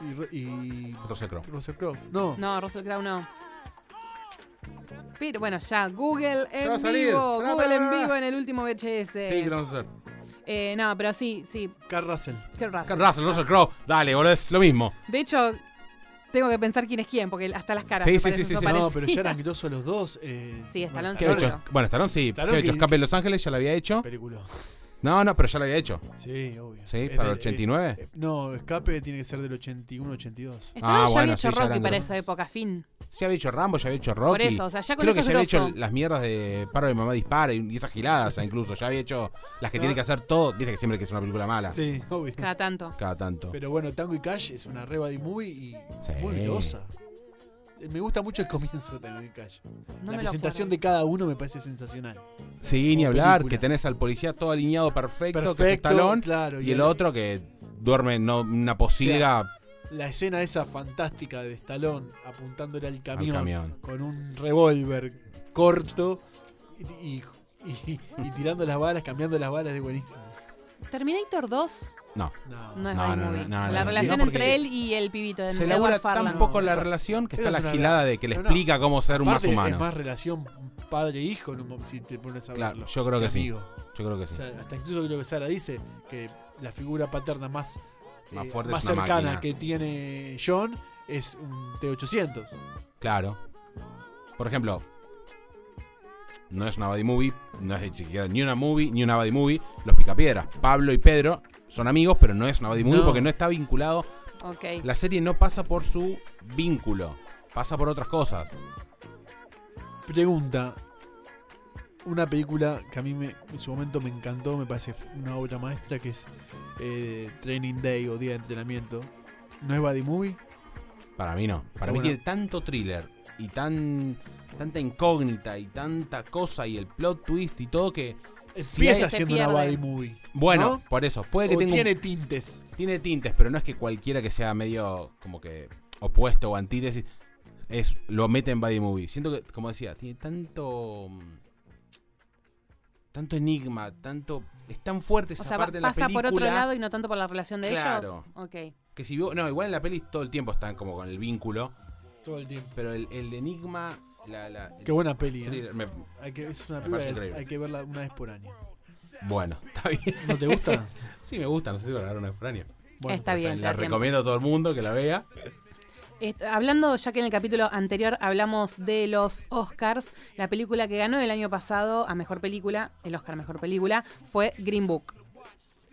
[SPEAKER 5] y. Ro- y
[SPEAKER 4] Russell Crowe.
[SPEAKER 5] Russell Crowe. No.
[SPEAKER 1] No, Russell Crowe no. Pero bueno, ya, Google
[SPEAKER 4] va a
[SPEAKER 1] en
[SPEAKER 4] salir.
[SPEAKER 1] vivo,
[SPEAKER 4] Pará,
[SPEAKER 1] Google
[SPEAKER 4] pará,
[SPEAKER 1] en
[SPEAKER 4] pará.
[SPEAKER 1] vivo en el último VHS.
[SPEAKER 4] Sí, que lo vamos a hacer.
[SPEAKER 1] Eh, no, pero sí, sí,
[SPEAKER 5] Carl Russell.
[SPEAKER 1] qué raro.
[SPEAKER 4] Russell, Russell Crowe. Dale, boludo, es lo mismo.
[SPEAKER 1] De hecho, tengo que pensar quién es quién, porque hasta las caras.
[SPEAKER 4] Sí,
[SPEAKER 1] me
[SPEAKER 4] sí,
[SPEAKER 1] parecen
[SPEAKER 4] sí, sí,
[SPEAKER 1] so
[SPEAKER 4] sí.
[SPEAKER 5] No,
[SPEAKER 1] parecidas.
[SPEAKER 5] pero ya eran grosos los dos. Eh,
[SPEAKER 1] Sí, Stallone
[SPEAKER 4] ¿Qué
[SPEAKER 1] Claro,
[SPEAKER 4] ha hecho?
[SPEAKER 1] no.
[SPEAKER 4] Bueno, Estarón sí.
[SPEAKER 5] Claro
[SPEAKER 4] ¿Qué ha hecho?
[SPEAKER 5] que-
[SPEAKER 4] Escape de Los Ángeles ya lo había hecho.
[SPEAKER 5] Película.
[SPEAKER 4] No, no, pero ya lo había hecho.
[SPEAKER 5] Sí, obvio.
[SPEAKER 4] Sí,
[SPEAKER 5] Es
[SPEAKER 4] para el
[SPEAKER 5] del-
[SPEAKER 4] 89.
[SPEAKER 5] eh, no, Escape tiene que ser del 81-82.
[SPEAKER 1] Estaba
[SPEAKER 4] Ah,
[SPEAKER 1] ya
[SPEAKER 4] bueno,
[SPEAKER 1] había hecho
[SPEAKER 4] sí, ya
[SPEAKER 1] Rocky
[SPEAKER 4] eran
[SPEAKER 1] para
[SPEAKER 4] grandes.
[SPEAKER 1] esa época, fin.
[SPEAKER 4] Ya había hecho Rambo, ya había hecho Rocky.
[SPEAKER 1] Por eso, o sea, ya con
[SPEAKER 4] Creo
[SPEAKER 1] eso
[SPEAKER 4] que
[SPEAKER 1] es
[SPEAKER 4] ya había
[SPEAKER 1] grosso.
[SPEAKER 4] hecho las mierdas de Paro de Mamá Dispara y y esas giladas, o sea, incluso. Ya había hecho las que
[SPEAKER 5] No.
[SPEAKER 4] tiene que hacer todo. Viste que siempre que es una película mala.
[SPEAKER 5] Sí, obvio.
[SPEAKER 1] Cada tanto.
[SPEAKER 4] Cada tanto.
[SPEAKER 5] Pero bueno, Tango y Cash es una reba de muy y
[SPEAKER 4] Sí.
[SPEAKER 5] muy grosa. Eh, Me gusta mucho el comienzo de Tango y Cash.
[SPEAKER 1] No
[SPEAKER 5] la
[SPEAKER 1] me
[SPEAKER 5] presentación
[SPEAKER 1] lo
[SPEAKER 5] de cada uno me parece sensacional.
[SPEAKER 4] sí, ni
[SPEAKER 5] como
[SPEAKER 4] hablar.
[SPEAKER 5] película.
[SPEAKER 4] Que tenés al policía todo alineado perfecto, que es
[SPEAKER 5] Perfecto,
[SPEAKER 4] talón.
[SPEAKER 5] claro,
[SPEAKER 4] y
[SPEAKER 5] y
[SPEAKER 4] el
[SPEAKER 5] el-
[SPEAKER 4] otro que duerme en no- una posilga
[SPEAKER 5] La escena esa fantástica de Stallone apuntándole al
[SPEAKER 4] al
[SPEAKER 5] camión,
[SPEAKER 4] camión.
[SPEAKER 5] con un revólver corto y, y- y- y tirando las balas, cambiando las balas, es buenísimo.
[SPEAKER 1] acuerdo. Terminator 2
[SPEAKER 4] No.
[SPEAKER 5] No,
[SPEAKER 1] no es
[SPEAKER 4] No,
[SPEAKER 1] Bad
[SPEAKER 4] no, no,
[SPEAKER 1] Movie.
[SPEAKER 4] no, no,
[SPEAKER 1] la
[SPEAKER 4] no,
[SPEAKER 1] relación
[SPEAKER 5] no, porque
[SPEAKER 1] entre él y el pibito de
[SPEAKER 4] Se
[SPEAKER 1] Edward
[SPEAKER 4] elabora
[SPEAKER 1] Farland.
[SPEAKER 4] tan poco la
[SPEAKER 5] Esa-
[SPEAKER 4] relación que
[SPEAKER 5] esa
[SPEAKER 4] está
[SPEAKER 5] es
[SPEAKER 4] la
[SPEAKER 5] una
[SPEAKER 4] gilada de que le
[SPEAKER 5] Pero no.
[SPEAKER 4] explica cómo ser un más
[SPEAKER 5] Aparte,
[SPEAKER 4] humano.
[SPEAKER 5] Es más relación padre-hijo, en un mo- si te pones a
[SPEAKER 4] Claro,
[SPEAKER 5] verlo,
[SPEAKER 4] yo creo que sí.
[SPEAKER 5] amigo.
[SPEAKER 4] Yo creo que
[SPEAKER 5] O
[SPEAKER 4] sí.
[SPEAKER 5] sea, hasta incluso lo que Sara dice, que la figura paterna más,
[SPEAKER 4] Más
[SPEAKER 5] eh,
[SPEAKER 4] fuerte
[SPEAKER 5] más
[SPEAKER 4] es una
[SPEAKER 5] cercana
[SPEAKER 4] máquina.
[SPEAKER 5] que tiene John es un T800.
[SPEAKER 4] Claro. Por ejemplo, no es una body movie, no es ni siquiera ni una movie, ni una body movie. Los Picapiedras, Pablo y Pedro Son amigos, pero no es una buddy movie
[SPEAKER 5] No.
[SPEAKER 4] porque no está vinculado.
[SPEAKER 6] Ok.
[SPEAKER 4] La serie no pasa por su vínculo, pasa por otras cosas.
[SPEAKER 5] Pregunta. Una película que a mí me- en su momento me encantó, me parece f- una obra maestra, que es eh, Training Day o Día de Entrenamiento. ¿No es Buddy Movie?
[SPEAKER 4] Para mí no. Para
[SPEAKER 5] Bueno.
[SPEAKER 4] mí tiene tanto thriller y tan tanta incógnita y tanta cosa y el plot twist y todo que Si
[SPEAKER 5] Empieza
[SPEAKER 6] hay- se
[SPEAKER 5] siendo una
[SPEAKER 6] pierde.
[SPEAKER 5] Buddy Movie.
[SPEAKER 4] bueno,
[SPEAKER 5] ¿no?
[SPEAKER 4] por eso, puede que
[SPEAKER 5] O
[SPEAKER 4] tenga un-
[SPEAKER 5] tiene tintes.
[SPEAKER 4] tiene tintes, pero no es que cualquiera que sea medio como que opuesto o antítesis es lo mete en Buddy Movie. Siento que como decía, tiene tanto mm, tanto enigma, tanto es tan fuerte esa
[SPEAKER 1] O sea, va-
[SPEAKER 4] parte de la
[SPEAKER 1] pasa por otro
[SPEAKER 4] película
[SPEAKER 1] lado y no tanto por la relación de
[SPEAKER 4] Claro.
[SPEAKER 1] ellos. Ok.
[SPEAKER 4] que si vos- no, igual en la peli todo el tiempo están como con el vínculo,
[SPEAKER 5] Todo el tiempo.
[SPEAKER 4] pero el, el enigma la, la- el
[SPEAKER 5] Qué buena peli. ¿eh?
[SPEAKER 4] thriller, me-
[SPEAKER 5] Hay que, es una
[SPEAKER 4] Me
[SPEAKER 5] película
[SPEAKER 4] parece
[SPEAKER 5] que
[SPEAKER 4] increíble.
[SPEAKER 5] hay que verla una vez por año.
[SPEAKER 4] bueno, está bien.
[SPEAKER 5] ¿No te gusta?
[SPEAKER 4] Sí, me gusta, no sé si para una por año.
[SPEAKER 5] Bueno, pues,
[SPEAKER 6] Está bien,
[SPEAKER 4] La
[SPEAKER 6] da tiempo.
[SPEAKER 4] recomiendo a todo el mundo que la vea.
[SPEAKER 1] Est- hablando, ya que en el capítulo anterior hablamos de los Oscars, la película que ganó el año pasado a mejor película, el Oscar a mejor película, fue Green Book.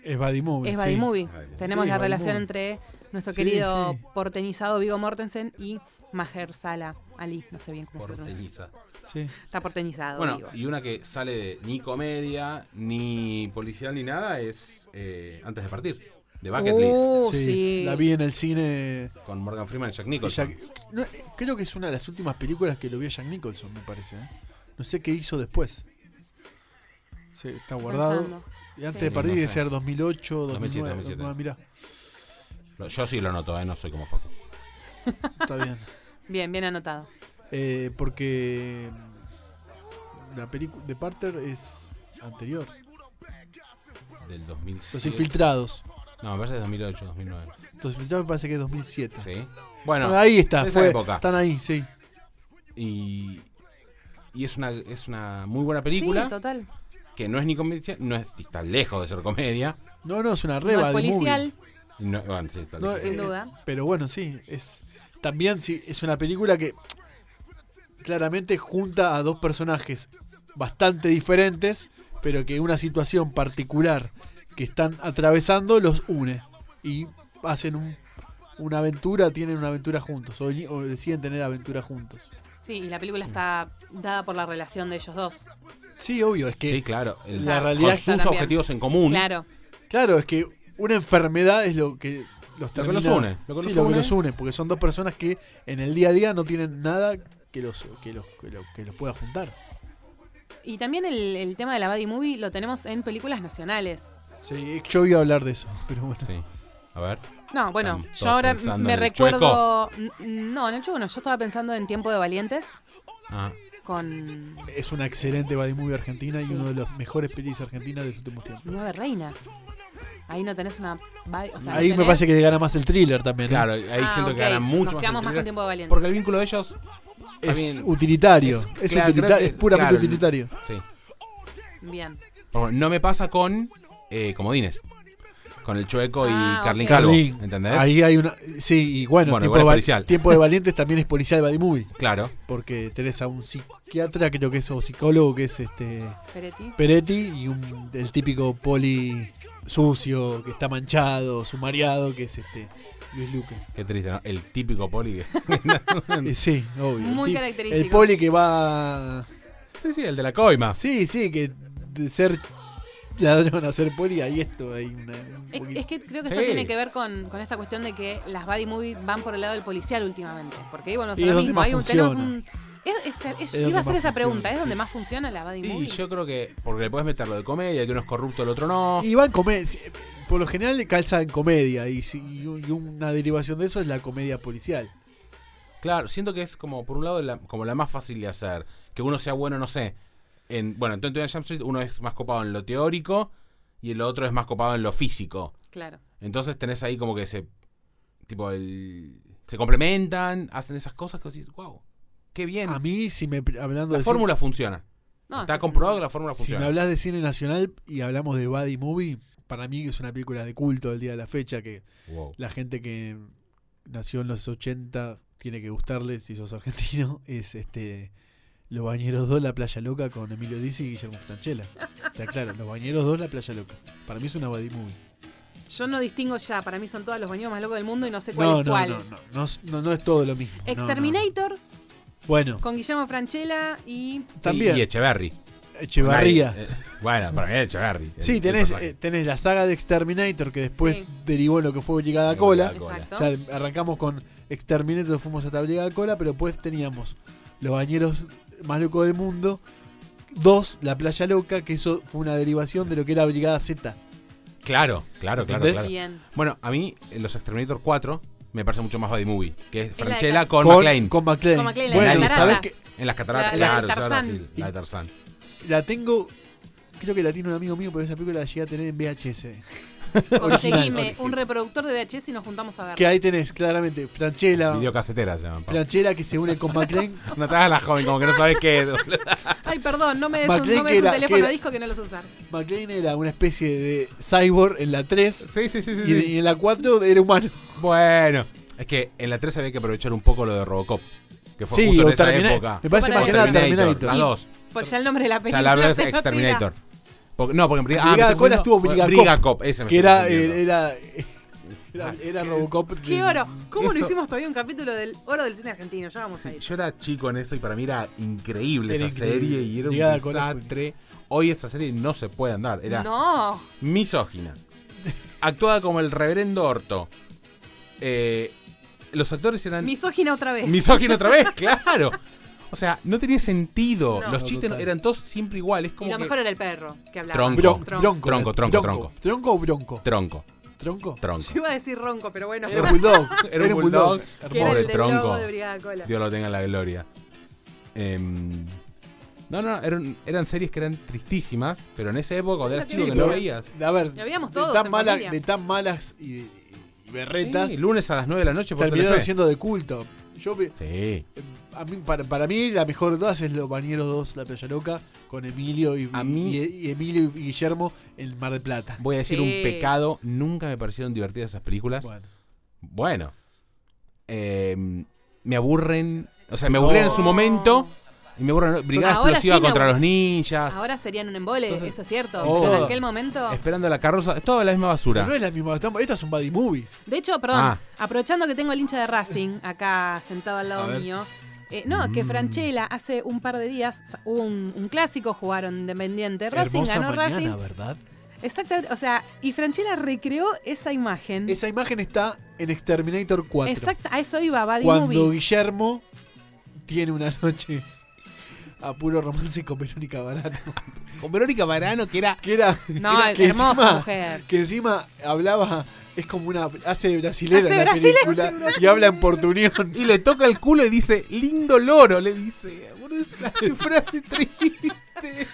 [SPEAKER 5] Es Buddy Movie.
[SPEAKER 1] Es
[SPEAKER 5] sí.
[SPEAKER 1] Buddy Movie.
[SPEAKER 4] Ay,
[SPEAKER 1] Tenemos
[SPEAKER 5] sí,
[SPEAKER 1] la
[SPEAKER 5] Buddy
[SPEAKER 1] relación
[SPEAKER 5] Movie.
[SPEAKER 1] entre nuestro
[SPEAKER 5] Sí,
[SPEAKER 1] querido
[SPEAKER 5] sí.
[SPEAKER 1] porteñizado Vigo Mortensen y Maher Sala Ali. No sé bien cómo se
[SPEAKER 4] Por
[SPEAKER 1] pronuncia.
[SPEAKER 4] Televisa.
[SPEAKER 5] Sí.
[SPEAKER 1] Está porteñizado,
[SPEAKER 4] Bueno,
[SPEAKER 1] Vigo.
[SPEAKER 4] y una que sale de ni comedia, ni policial, ni nada, es eh, Antes de Partir, de Bucket List,
[SPEAKER 1] Uh,
[SPEAKER 5] Sí,
[SPEAKER 1] sí.
[SPEAKER 5] La vi en el cine.
[SPEAKER 4] con Morgan Freeman y Jack
[SPEAKER 5] Oh. y
[SPEAKER 4] Nicholson.
[SPEAKER 5] Jack- no, eh, creo que es una de las últimas películas que lo vio Jack Nicholson, me parece. ¿eh? No sé qué hizo después. Sí, está guardado.
[SPEAKER 6] Pensando.
[SPEAKER 5] Y antes
[SPEAKER 6] Sí.
[SPEAKER 5] de partir
[SPEAKER 4] No
[SPEAKER 5] debe
[SPEAKER 4] sé.
[SPEAKER 5] ser 2008,
[SPEAKER 4] 2007,
[SPEAKER 5] 2009.
[SPEAKER 4] 2007.
[SPEAKER 5] 2009, mirá,
[SPEAKER 4] Lo- Yo sí lo noto, eh, no soy como Facu.
[SPEAKER 5] Ah, está bien.
[SPEAKER 1] Bien, bien anotado.
[SPEAKER 5] Eh, porque mm, la película de Parter es anterior. Pues
[SPEAKER 4] Del
[SPEAKER 5] Los
[SPEAKER 4] 2007.
[SPEAKER 5] Infiltrados.
[SPEAKER 4] No, me parece de 2008, 2009.
[SPEAKER 5] Los Infiltrados me parece que es 2007.
[SPEAKER 4] Sí. Bueno,
[SPEAKER 5] Bueno, ahí está,
[SPEAKER 4] de esa
[SPEAKER 5] fue-
[SPEAKER 4] época.
[SPEAKER 5] están ahí, sí.
[SPEAKER 4] y, y es, una, es una muy buena
[SPEAKER 1] Sí,
[SPEAKER 4] película,
[SPEAKER 1] total.
[SPEAKER 4] que no es ni comedia, no es, y está lejos de ser comedia.
[SPEAKER 5] No, no, es una
[SPEAKER 1] No
[SPEAKER 5] reba
[SPEAKER 1] es policial,
[SPEAKER 4] No, bueno, sí, está
[SPEAKER 5] No,
[SPEAKER 4] lejos.
[SPEAKER 1] sin
[SPEAKER 5] eh,
[SPEAKER 1] duda.
[SPEAKER 5] Pero bueno, sí, es también sí, es una película que claramente junta a dos personajes bastante diferentes, pero que una situación particular que están atravesando los une y hacen un- una aventura, tienen una aventura juntos o, o deciden tener aventura juntos.
[SPEAKER 1] Sí, y la película está dada por la relación de ellos dos.
[SPEAKER 5] Sí, obvio, es que
[SPEAKER 4] Sí, claro. el-
[SPEAKER 5] la realidad
[SPEAKER 4] con sus
[SPEAKER 1] está también.
[SPEAKER 4] objetivos en común.
[SPEAKER 1] Claro.
[SPEAKER 5] Claro, es que una enfermedad es lo que los
[SPEAKER 4] Lo que
[SPEAKER 5] termina-
[SPEAKER 4] los une, lo que
[SPEAKER 5] sí,
[SPEAKER 4] los
[SPEAKER 5] lo que
[SPEAKER 4] une.
[SPEAKER 5] los une, porque son dos personas que en el día a día no tienen nada que los que los, que los, que los pueda juntar.
[SPEAKER 1] Y también el, el tema de la body movie lo tenemos en películas nacionales.
[SPEAKER 5] Sí, yo iba a hablar de eso, pero bueno.
[SPEAKER 4] Sí. A ver.
[SPEAKER 1] No, bueno,
[SPEAKER 4] Están todos
[SPEAKER 1] yo ahora
[SPEAKER 4] pensando
[SPEAKER 1] me
[SPEAKER 4] en el
[SPEAKER 1] recuerdo. N- No, en el chugo no, yo estaba pensando en Tiempo de Valientes
[SPEAKER 4] Ah,
[SPEAKER 1] con
[SPEAKER 5] Es una excelente body movie argentina y
[SPEAKER 1] Sí.
[SPEAKER 5] uno de los mejores pelis argentinas de los últimos tiempos.
[SPEAKER 1] Nueve Reinas. Ahí no tenés una. body- o sea, no
[SPEAKER 5] Ahí me
[SPEAKER 1] tenés-
[SPEAKER 5] parece que le gana más el thriller también. ¿eh?
[SPEAKER 4] claro, ahí
[SPEAKER 1] Ah,
[SPEAKER 4] siento
[SPEAKER 1] ok,
[SPEAKER 4] que ganan mucho
[SPEAKER 1] nos
[SPEAKER 4] más.
[SPEAKER 1] quedamos más con
[SPEAKER 4] el thriller,
[SPEAKER 1] Tiempo de Valientes.
[SPEAKER 4] Porque el vínculo de ellos
[SPEAKER 5] Es
[SPEAKER 4] también-
[SPEAKER 5] utilitario,
[SPEAKER 4] Es-
[SPEAKER 5] es,
[SPEAKER 4] claro,
[SPEAKER 5] utilita-
[SPEAKER 4] creo que-
[SPEAKER 5] es puramente
[SPEAKER 4] claro.
[SPEAKER 5] utilitario.
[SPEAKER 4] Sí.
[SPEAKER 1] Bien.
[SPEAKER 4] Por ejemplo, No me pasa con eh, Comodines. Con el Chueco
[SPEAKER 1] Ah,
[SPEAKER 4] y
[SPEAKER 1] ok.
[SPEAKER 4] Carlin
[SPEAKER 5] Carlín,
[SPEAKER 4] Calvo. ¿Entendés?
[SPEAKER 5] Ahí hay una. Sí, y bueno,
[SPEAKER 4] Bueno,
[SPEAKER 5] tiempo,
[SPEAKER 4] igual
[SPEAKER 5] de
[SPEAKER 4] es
[SPEAKER 5] Val-
[SPEAKER 4] policial.
[SPEAKER 5] Tiempo de Valientes también es policial body movie.
[SPEAKER 4] Claro.
[SPEAKER 5] Porque tenés a un psiquiatra, creo que es, o psicólogo, que es este
[SPEAKER 1] Peretti.
[SPEAKER 5] Peretti, y un, el típico poli sucio, que está manchado, sumariado, que es este Luis Luque.
[SPEAKER 4] Qué triste, ¿no? El típico poli. que-
[SPEAKER 5] Eh, Sí, obvio.
[SPEAKER 1] Muy
[SPEAKER 5] El tip-
[SPEAKER 1] característico.
[SPEAKER 5] El poli que va.
[SPEAKER 4] sí, sí, el de la coima.
[SPEAKER 5] Sí, sí, que de ser ladrón a ser poli, ahí esto hay una. un
[SPEAKER 1] Es,
[SPEAKER 5] poquito-
[SPEAKER 1] es que creo que esto
[SPEAKER 4] Sí.
[SPEAKER 1] tiene que ver con, con esta cuestión de que las body movie van por el lado del policial últimamente. Porque ahí, bueno, es
[SPEAKER 5] Y es
[SPEAKER 1] lo
[SPEAKER 5] donde
[SPEAKER 1] mismo.
[SPEAKER 5] más
[SPEAKER 1] Hay un, tenemos
[SPEAKER 5] funciona.
[SPEAKER 1] un. es- es- es-
[SPEAKER 5] Es donde
[SPEAKER 1] iba a
[SPEAKER 5] más
[SPEAKER 1] hacer esa
[SPEAKER 5] funciona,
[SPEAKER 1] pregunta. ¿Es donde
[SPEAKER 5] sí.
[SPEAKER 1] más funciona la body
[SPEAKER 4] Y
[SPEAKER 1] movie?
[SPEAKER 4] yo creo que. Porque le puedes meter lo de comedia, que uno es corrupto, el otro no.
[SPEAKER 5] Y van come- si- Por lo general calza en comedia, y, si- y un- y una derivación de eso es la comedia policial.
[SPEAKER 4] Claro, siento que es como, por un lado, la- como la más fácil de hacer. Que uno sea bueno, no sé. En, bueno, en 21 Jump Street uno es más copado en lo teórico y el otro es más copado en lo físico.
[SPEAKER 1] Claro.
[SPEAKER 4] Entonces tenés ahí como que se. Tipo, el, se complementan, hacen esas cosas que vos decís, wow, qué bien.
[SPEAKER 5] A mí, si me hablando
[SPEAKER 4] La
[SPEAKER 5] de
[SPEAKER 4] fórmula funciona.
[SPEAKER 1] No, eso
[SPEAKER 4] Está
[SPEAKER 1] es
[SPEAKER 4] comprobado
[SPEAKER 1] un-
[SPEAKER 4] que la fórmula
[SPEAKER 5] Si
[SPEAKER 4] funciona.
[SPEAKER 5] me hablas de cine nacional y hablamos de Buddy Movie, para mí es una película de culto del día de la fecha que
[SPEAKER 4] Wow.
[SPEAKER 5] la gente que nació en los 80 tiene que gustarle si sos argentino. Es este Los Bañeros 2, La Playa Loca con Emilio Dizzi y Guillermo Franchella. Te aclaro, Los Bañeros 2, La Playa Loca. Para mí es una Buddy Movie.
[SPEAKER 1] Yo no distingo ya, para mí son todos los venidos más locos del mundo y no sé cuál
[SPEAKER 5] No,
[SPEAKER 1] es
[SPEAKER 5] no,
[SPEAKER 1] cuál.
[SPEAKER 5] no, no, no, es- no, no es todo lo mismo. no, no.
[SPEAKER 1] Exterminator
[SPEAKER 5] Bueno,
[SPEAKER 1] con Guillermo Franchella y
[SPEAKER 5] también.
[SPEAKER 4] Y, Echeverry.
[SPEAKER 5] Echevarría.
[SPEAKER 4] Nadie, eh, bueno, para mí es Echeverry. el-
[SPEAKER 5] Sí,
[SPEAKER 4] el
[SPEAKER 5] tenés,
[SPEAKER 4] personaje.
[SPEAKER 5] eh, tenés la saga de Exterminator que después
[SPEAKER 1] Sí.
[SPEAKER 5] derivó en lo que fue Llegada a Cola.
[SPEAKER 4] Llegada
[SPEAKER 1] Exacto.
[SPEAKER 5] O sea, arrancamos con Exterminator, fuimos hasta Llegada a Cola, pero después teníamos Los Bañeros Más Locos del Mundo. Dos, La Playa Loca, que eso fue una derivación de lo que era Brigada Z.
[SPEAKER 4] Claro, claro, claro,
[SPEAKER 5] ¿Entendés?
[SPEAKER 4] claro.
[SPEAKER 1] bien.
[SPEAKER 4] Bueno, a mí, eh, los Exterminator 4 me parece mucho más Body Movie, que es
[SPEAKER 1] la de
[SPEAKER 4] Franchella
[SPEAKER 1] Tar-
[SPEAKER 4] con, McLean.
[SPEAKER 5] Con McLean.
[SPEAKER 1] Con McLean, la de
[SPEAKER 5] bueno,
[SPEAKER 1] las
[SPEAKER 5] sabés
[SPEAKER 1] cataratas.
[SPEAKER 5] que
[SPEAKER 4] En las cataratas,
[SPEAKER 1] La- la de
[SPEAKER 4] claro, claro,
[SPEAKER 1] Tarzán.
[SPEAKER 4] sí, la de Tarzán.
[SPEAKER 5] la tengo. Creo que la tiene un amigo mío, pero esa película la llegué a tener en VHS.
[SPEAKER 1] Conseguime
[SPEAKER 5] original.
[SPEAKER 1] un reproductor de VHS y nos juntamos a
[SPEAKER 5] Que
[SPEAKER 1] verlo.
[SPEAKER 5] ahí tenés claramente Franchella,
[SPEAKER 4] Videocasetera se llaman. Pau.
[SPEAKER 5] Franchella que se une con McLean.
[SPEAKER 4] No te hagas la joven, como que no sabes qué es. boludo.
[SPEAKER 1] Ay, perdón, no me des un,
[SPEAKER 5] McLean
[SPEAKER 1] no me
[SPEAKER 5] que
[SPEAKER 1] des un
[SPEAKER 5] era- que
[SPEAKER 1] teléfono
[SPEAKER 5] era-
[SPEAKER 1] de disco que no lo sé usar.
[SPEAKER 5] McLean era una especie de cyborg en la 3
[SPEAKER 4] Sí, sí, sí, sí.
[SPEAKER 5] y,
[SPEAKER 4] sí.
[SPEAKER 5] y en la 4 era humano.
[SPEAKER 4] Bueno, es que en la 3 había que aprovechar un poco lo de Robocop, que fue
[SPEAKER 5] Sí,
[SPEAKER 4] justo
[SPEAKER 5] o
[SPEAKER 4] en esa
[SPEAKER 5] Termina-
[SPEAKER 4] época.
[SPEAKER 5] me parece
[SPEAKER 1] Fue
[SPEAKER 5] más que
[SPEAKER 1] para
[SPEAKER 5] nada
[SPEAKER 4] Terminator,
[SPEAKER 5] Terminator.
[SPEAKER 4] las dos.
[SPEAKER 1] Pues ya el nombre de la
[SPEAKER 4] O
[SPEAKER 1] película.
[SPEAKER 4] sea, la verdad es
[SPEAKER 1] te lo tira.
[SPEAKER 4] Exterminator. Porque- no, porque en Brigada,
[SPEAKER 5] Brigada
[SPEAKER 4] me estoy
[SPEAKER 5] Cola
[SPEAKER 4] confundiendo.
[SPEAKER 5] estuvo Brigada
[SPEAKER 4] Cop. ese me
[SPEAKER 5] Que
[SPEAKER 4] estoy
[SPEAKER 5] era, eh,
[SPEAKER 4] confundiendo.
[SPEAKER 5] era, era, era Robocop. de-
[SPEAKER 1] Qué oro. ¿Cómo no
[SPEAKER 4] Eso-
[SPEAKER 1] hicimos todavía un capítulo del oro del cine argentino? Ya vamos a
[SPEAKER 4] Sí,
[SPEAKER 1] ir.
[SPEAKER 4] yo era chico en eso y para mí era increíble
[SPEAKER 5] Era
[SPEAKER 4] esa
[SPEAKER 5] increíble.
[SPEAKER 4] serie y era un
[SPEAKER 5] Brigada Cola fue-
[SPEAKER 4] desastre. Hoy esta serie no se puede andar. Era
[SPEAKER 1] No.
[SPEAKER 4] misógina. Actuada como el reverendo Orto. Eh, los actores eran
[SPEAKER 1] Misógina otra vez.
[SPEAKER 4] misógino otra vez, claro. O sea, no tenía sentido.
[SPEAKER 1] No.
[SPEAKER 4] Los
[SPEAKER 5] No,
[SPEAKER 4] chistes no-
[SPEAKER 5] total.
[SPEAKER 4] eran todos siempre iguales.
[SPEAKER 1] y
[SPEAKER 4] Como
[SPEAKER 1] lo
[SPEAKER 4] que-
[SPEAKER 1] mejor era el perro que hablaba.
[SPEAKER 4] Tronco.
[SPEAKER 5] Bron-
[SPEAKER 1] Tronco.
[SPEAKER 5] bronco,
[SPEAKER 4] Tronco, tronco, tronco.
[SPEAKER 5] ¿Tronco o bronco?
[SPEAKER 4] Tronco,
[SPEAKER 5] ¿Tronco?
[SPEAKER 4] tronco.
[SPEAKER 1] Yo iba a decir ronco, pero bueno.
[SPEAKER 5] Era un bulldog.
[SPEAKER 4] Era un bulldog.
[SPEAKER 1] que era
[SPEAKER 5] Hermoso.
[SPEAKER 4] Pobre
[SPEAKER 1] el del
[SPEAKER 4] tronco.
[SPEAKER 1] logo de Brigada Cola.
[SPEAKER 4] Dios lo tenga en la gloria. Em, no, no, eran, eran series que eran tristísimas, pero en esa época cuando eras
[SPEAKER 1] Sí,
[SPEAKER 4] chico que
[SPEAKER 5] pero-
[SPEAKER 4] no veías.
[SPEAKER 5] A ver,
[SPEAKER 1] Lo veíamos
[SPEAKER 5] de
[SPEAKER 1] todos
[SPEAKER 5] tan
[SPEAKER 1] en
[SPEAKER 5] mala-
[SPEAKER 1] familia.
[SPEAKER 5] de tan malas y, y berretas,
[SPEAKER 4] Sí, lunes a las 9 de la noche por
[SPEAKER 5] terminaron
[SPEAKER 4] Telefe.
[SPEAKER 5] siendo de culto. Yo, vi-
[SPEAKER 4] Sí.
[SPEAKER 5] a mí- para, para mí, la mejor de todas es Los Bañeros 2, La Playa Loca, con Emilio y,
[SPEAKER 4] A mí-
[SPEAKER 5] y- y Emilio y Guillermo en Mar del Plata.
[SPEAKER 4] Voy a decir
[SPEAKER 1] Sí.
[SPEAKER 4] un pecado. Nunca me parecieron divertidas esas películas. Bueno.
[SPEAKER 5] Bueno,
[SPEAKER 4] Em, me aburren. O sea, me aburrían en su
[SPEAKER 1] No.
[SPEAKER 4] momento. Y me aburren. Brigada
[SPEAKER 1] Ahora sí
[SPEAKER 4] explosiva
[SPEAKER 1] me
[SPEAKER 4] contra
[SPEAKER 1] aburre.
[SPEAKER 4] los ninjas.
[SPEAKER 1] Ahora serían un embole,
[SPEAKER 4] Entonces-
[SPEAKER 1] eso es cierto.
[SPEAKER 4] Oh.
[SPEAKER 1] Pero en aquel momento.
[SPEAKER 4] Esperando la carroza. Es toda la misma basura.
[SPEAKER 5] pero no es la misma, estamos- estas son Buddy Movies.
[SPEAKER 1] De hecho, perdón,
[SPEAKER 4] Ah.
[SPEAKER 1] aprovechando que tengo el hincha de Racing acá sentado al
[SPEAKER 5] A
[SPEAKER 1] lado
[SPEAKER 5] ver.
[SPEAKER 1] mío. eh, no,
[SPEAKER 5] Mm.
[SPEAKER 1] que Franchella hace un par de días sa- hubo un, un clásico, jugaron Independiente Racing,
[SPEAKER 5] Hermosa
[SPEAKER 1] ganó
[SPEAKER 5] mañana,
[SPEAKER 1] Racing.
[SPEAKER 5] ¿verdad?
[SPEAKER 1] Exactamente, o sea, y Franchella recreó esa imagen.
[SPEAKER 5] Esa imagen está en Exterminator 4.
[SPEAKER 1] Exacto, a eso iba Buddy
[SPEAKER 5] Cuando
[SPEAKER 1] Movie.
[SPEAKER 5] Guillermo tiene una noche a puro romance con Verónica Barano.
[SPEAKER 4] Con Verónica Barano, que era.
[SPEAKER 5] Que era.
[SPEAKER 1] No,
[SPEAKER 5] que era- que
[SPEAKER 1] hermosa
[SPEAKER 5] encima-
[SPEAKER 1] mujer.
[SPEAKER 5] Que encima hablaba. Es como una. Hace brasilera
[SPEAKER 1] Hace
[SPEAKER 5] en la
[SPEAKER 1] brasilera,
[SPEAKER 5] película.
[SPEAKER 1] hace brasilera.
[SPEAKER 5] Y habla en portuñón.
[SPEAKER 4] Y le toca el culo y dice, lindo loro, le dice. Boludo, es una frase triste.
[SPEAKER 5] Ah.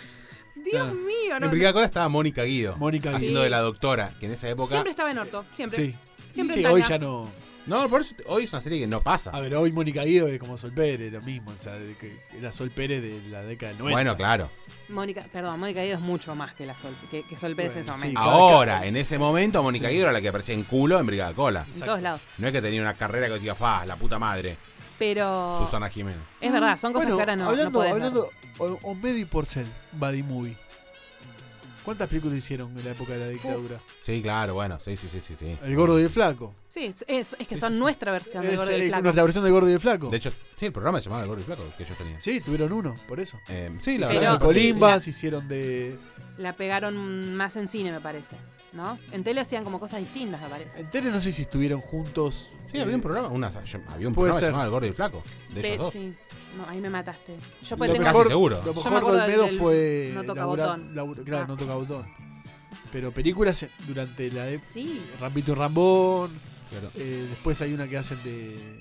[SPEAKER 1] Dios mío, no,
[SPEAKER 4] en Brigada Cola estaba Mónica Guido.
[SPEAKER 5] Mónica Guido.
[SPEAKER 4] Haciendo
[SPEAKER 1] Sí.
[SPEAKER 4] de la doctora, que en esa época.
[SPEAKER 1] Siempre estaba en orto, siempre.
[SPEAKER 5] Sí.
[SPEAKER 1] Siempre
[SPEAKER 5] Sí,
[SPEAKER 1] en
[SPEAKER 5] hoy
[SPEAKER 1] tanga.
[SPEAKER 5] ya no.
[SPEAKER 4] No, por eso hoy es una serie que no pasa.
[SPEAKER 5] A ver, hoy Mónica Guido es como Sol Pérez, lo mismo. O sea, de que era Sol Pérez de la década del 90.
[SPEAKER 4] Bueno, claro.
[SPEAKER 1] Mónica, perdón, Mónica Guido es mucho más que la Sol, que, que Sol Pérez en ese
[SPEAKER 5] Bueno, sí,
[SPEAKER 1] momento.
[SPEAKER 5] cada-
[SPEAKER 4] Ahora,
[SPEAKER 5] cada-
[SPEAKER 4] en ese momento, Mónica
[SPEAKER 5] Sí.
[SPEAKER 4] Guido era la que aparecía en culo en Brigada Cola.
[SPEAKER 1] en todos lados.
[SPEAKER 4] No es que tenía una carrera que decía, fa, la puta madre,
[SPEAKER 1] Pero
[SPEAKER 4] Susana Jiménez.
[SPEAKER 1] es verdad, son cosas
[SPEAKER 5] Bueno,
[SPEAKER 1] que ahora no, no
[SPEAKER 5] hablando,
[SPEAKER 1] podés ver.
[SPEAKER 5] hablando o- Olmedo y Porcel, Buddy Movie. ¿Cuántas películas hicieron en la época de la dictadura?
[SPEAKER 4] Sí, claro, bueno, sí, sí, sí, sí. sí.
[SPEAKER 5] El Gordo y el Flaco.
[SPEAKER 1] Sí, es, es- es que son nuestra versión de
[SPEAKER 5] Es,
[SPEAKER 1] Gordo y el
[SPEAKER 5] eh,
[SPEAKER 1] Flaco.
[SPEAKER 5] nuestra versión de Gordo y el Flaco.
[SPEAKER 4] De hecho, sí, el programa se llamaba El Gordo y Flaco, que yo tenía.
[SPEAKER 5] Sí, tuvieron uno, por eso.
[SPEAKER 4] Eh, sí, la
[SPEAKER 1] Pero-
[SPEAKER 4] verdad. me
[SPEAKER 5] hicieron
[SPEAKER 4] parece-
[SPEAKER 5] de
[SPEAKER 1] sí,
[SPEAKER 5] Colimbas, hicieron de.
[SPEAKER 1] La pegaron más en cine, me parece. ¿No? En tele hacían como cosas distintas, me parece.
[SPEAKER 5] En tele no sé si estuvieron juntos.
[SPEAKER 4] Sí, había un
[SPEAKER 5] eh,
[SPEAKER 4] programa, una, yo- había un
[SPEAKER 5] Puede
[SPEAKER 4] programa que se
[SPEAKER 5] ser.
[SPEAKER 4] llamaba El Gordo y el Flaco, de
[SPEAKER 1] Pe-
[SPEAKER 4] ellos dos.
[SPEAKER 1] sí. No, ahí me mataste. Yo
[SPEAKER 5] Lo
[SPEAKER 1] pues tengo.
[SPEAKER 4] Casi seguro.
[SPEAKER 5] Lo
[SPEAKER 1] Yo me
[SPEAKER 5] mejor
[SPEAKER 1] acuerdo
[SPEAKER 5] de Olmedo
[SPEAKER 1] del-
[SPEAKER 5] fue.
[SPEAKER 1] No toca botón.
[SPEAKER 5] laburo- claro,
[SPEAKER 1] Ah.
[SPEAKER 5] no toca botón. Pero películas eh, durante la época.
[SPEAKER 1] Sí.
[SPEAKER 5] Rambito y Rambón.
[SPEAKER 4] Claro.
[SPEAKER 5] eh, después hay una que hacen de.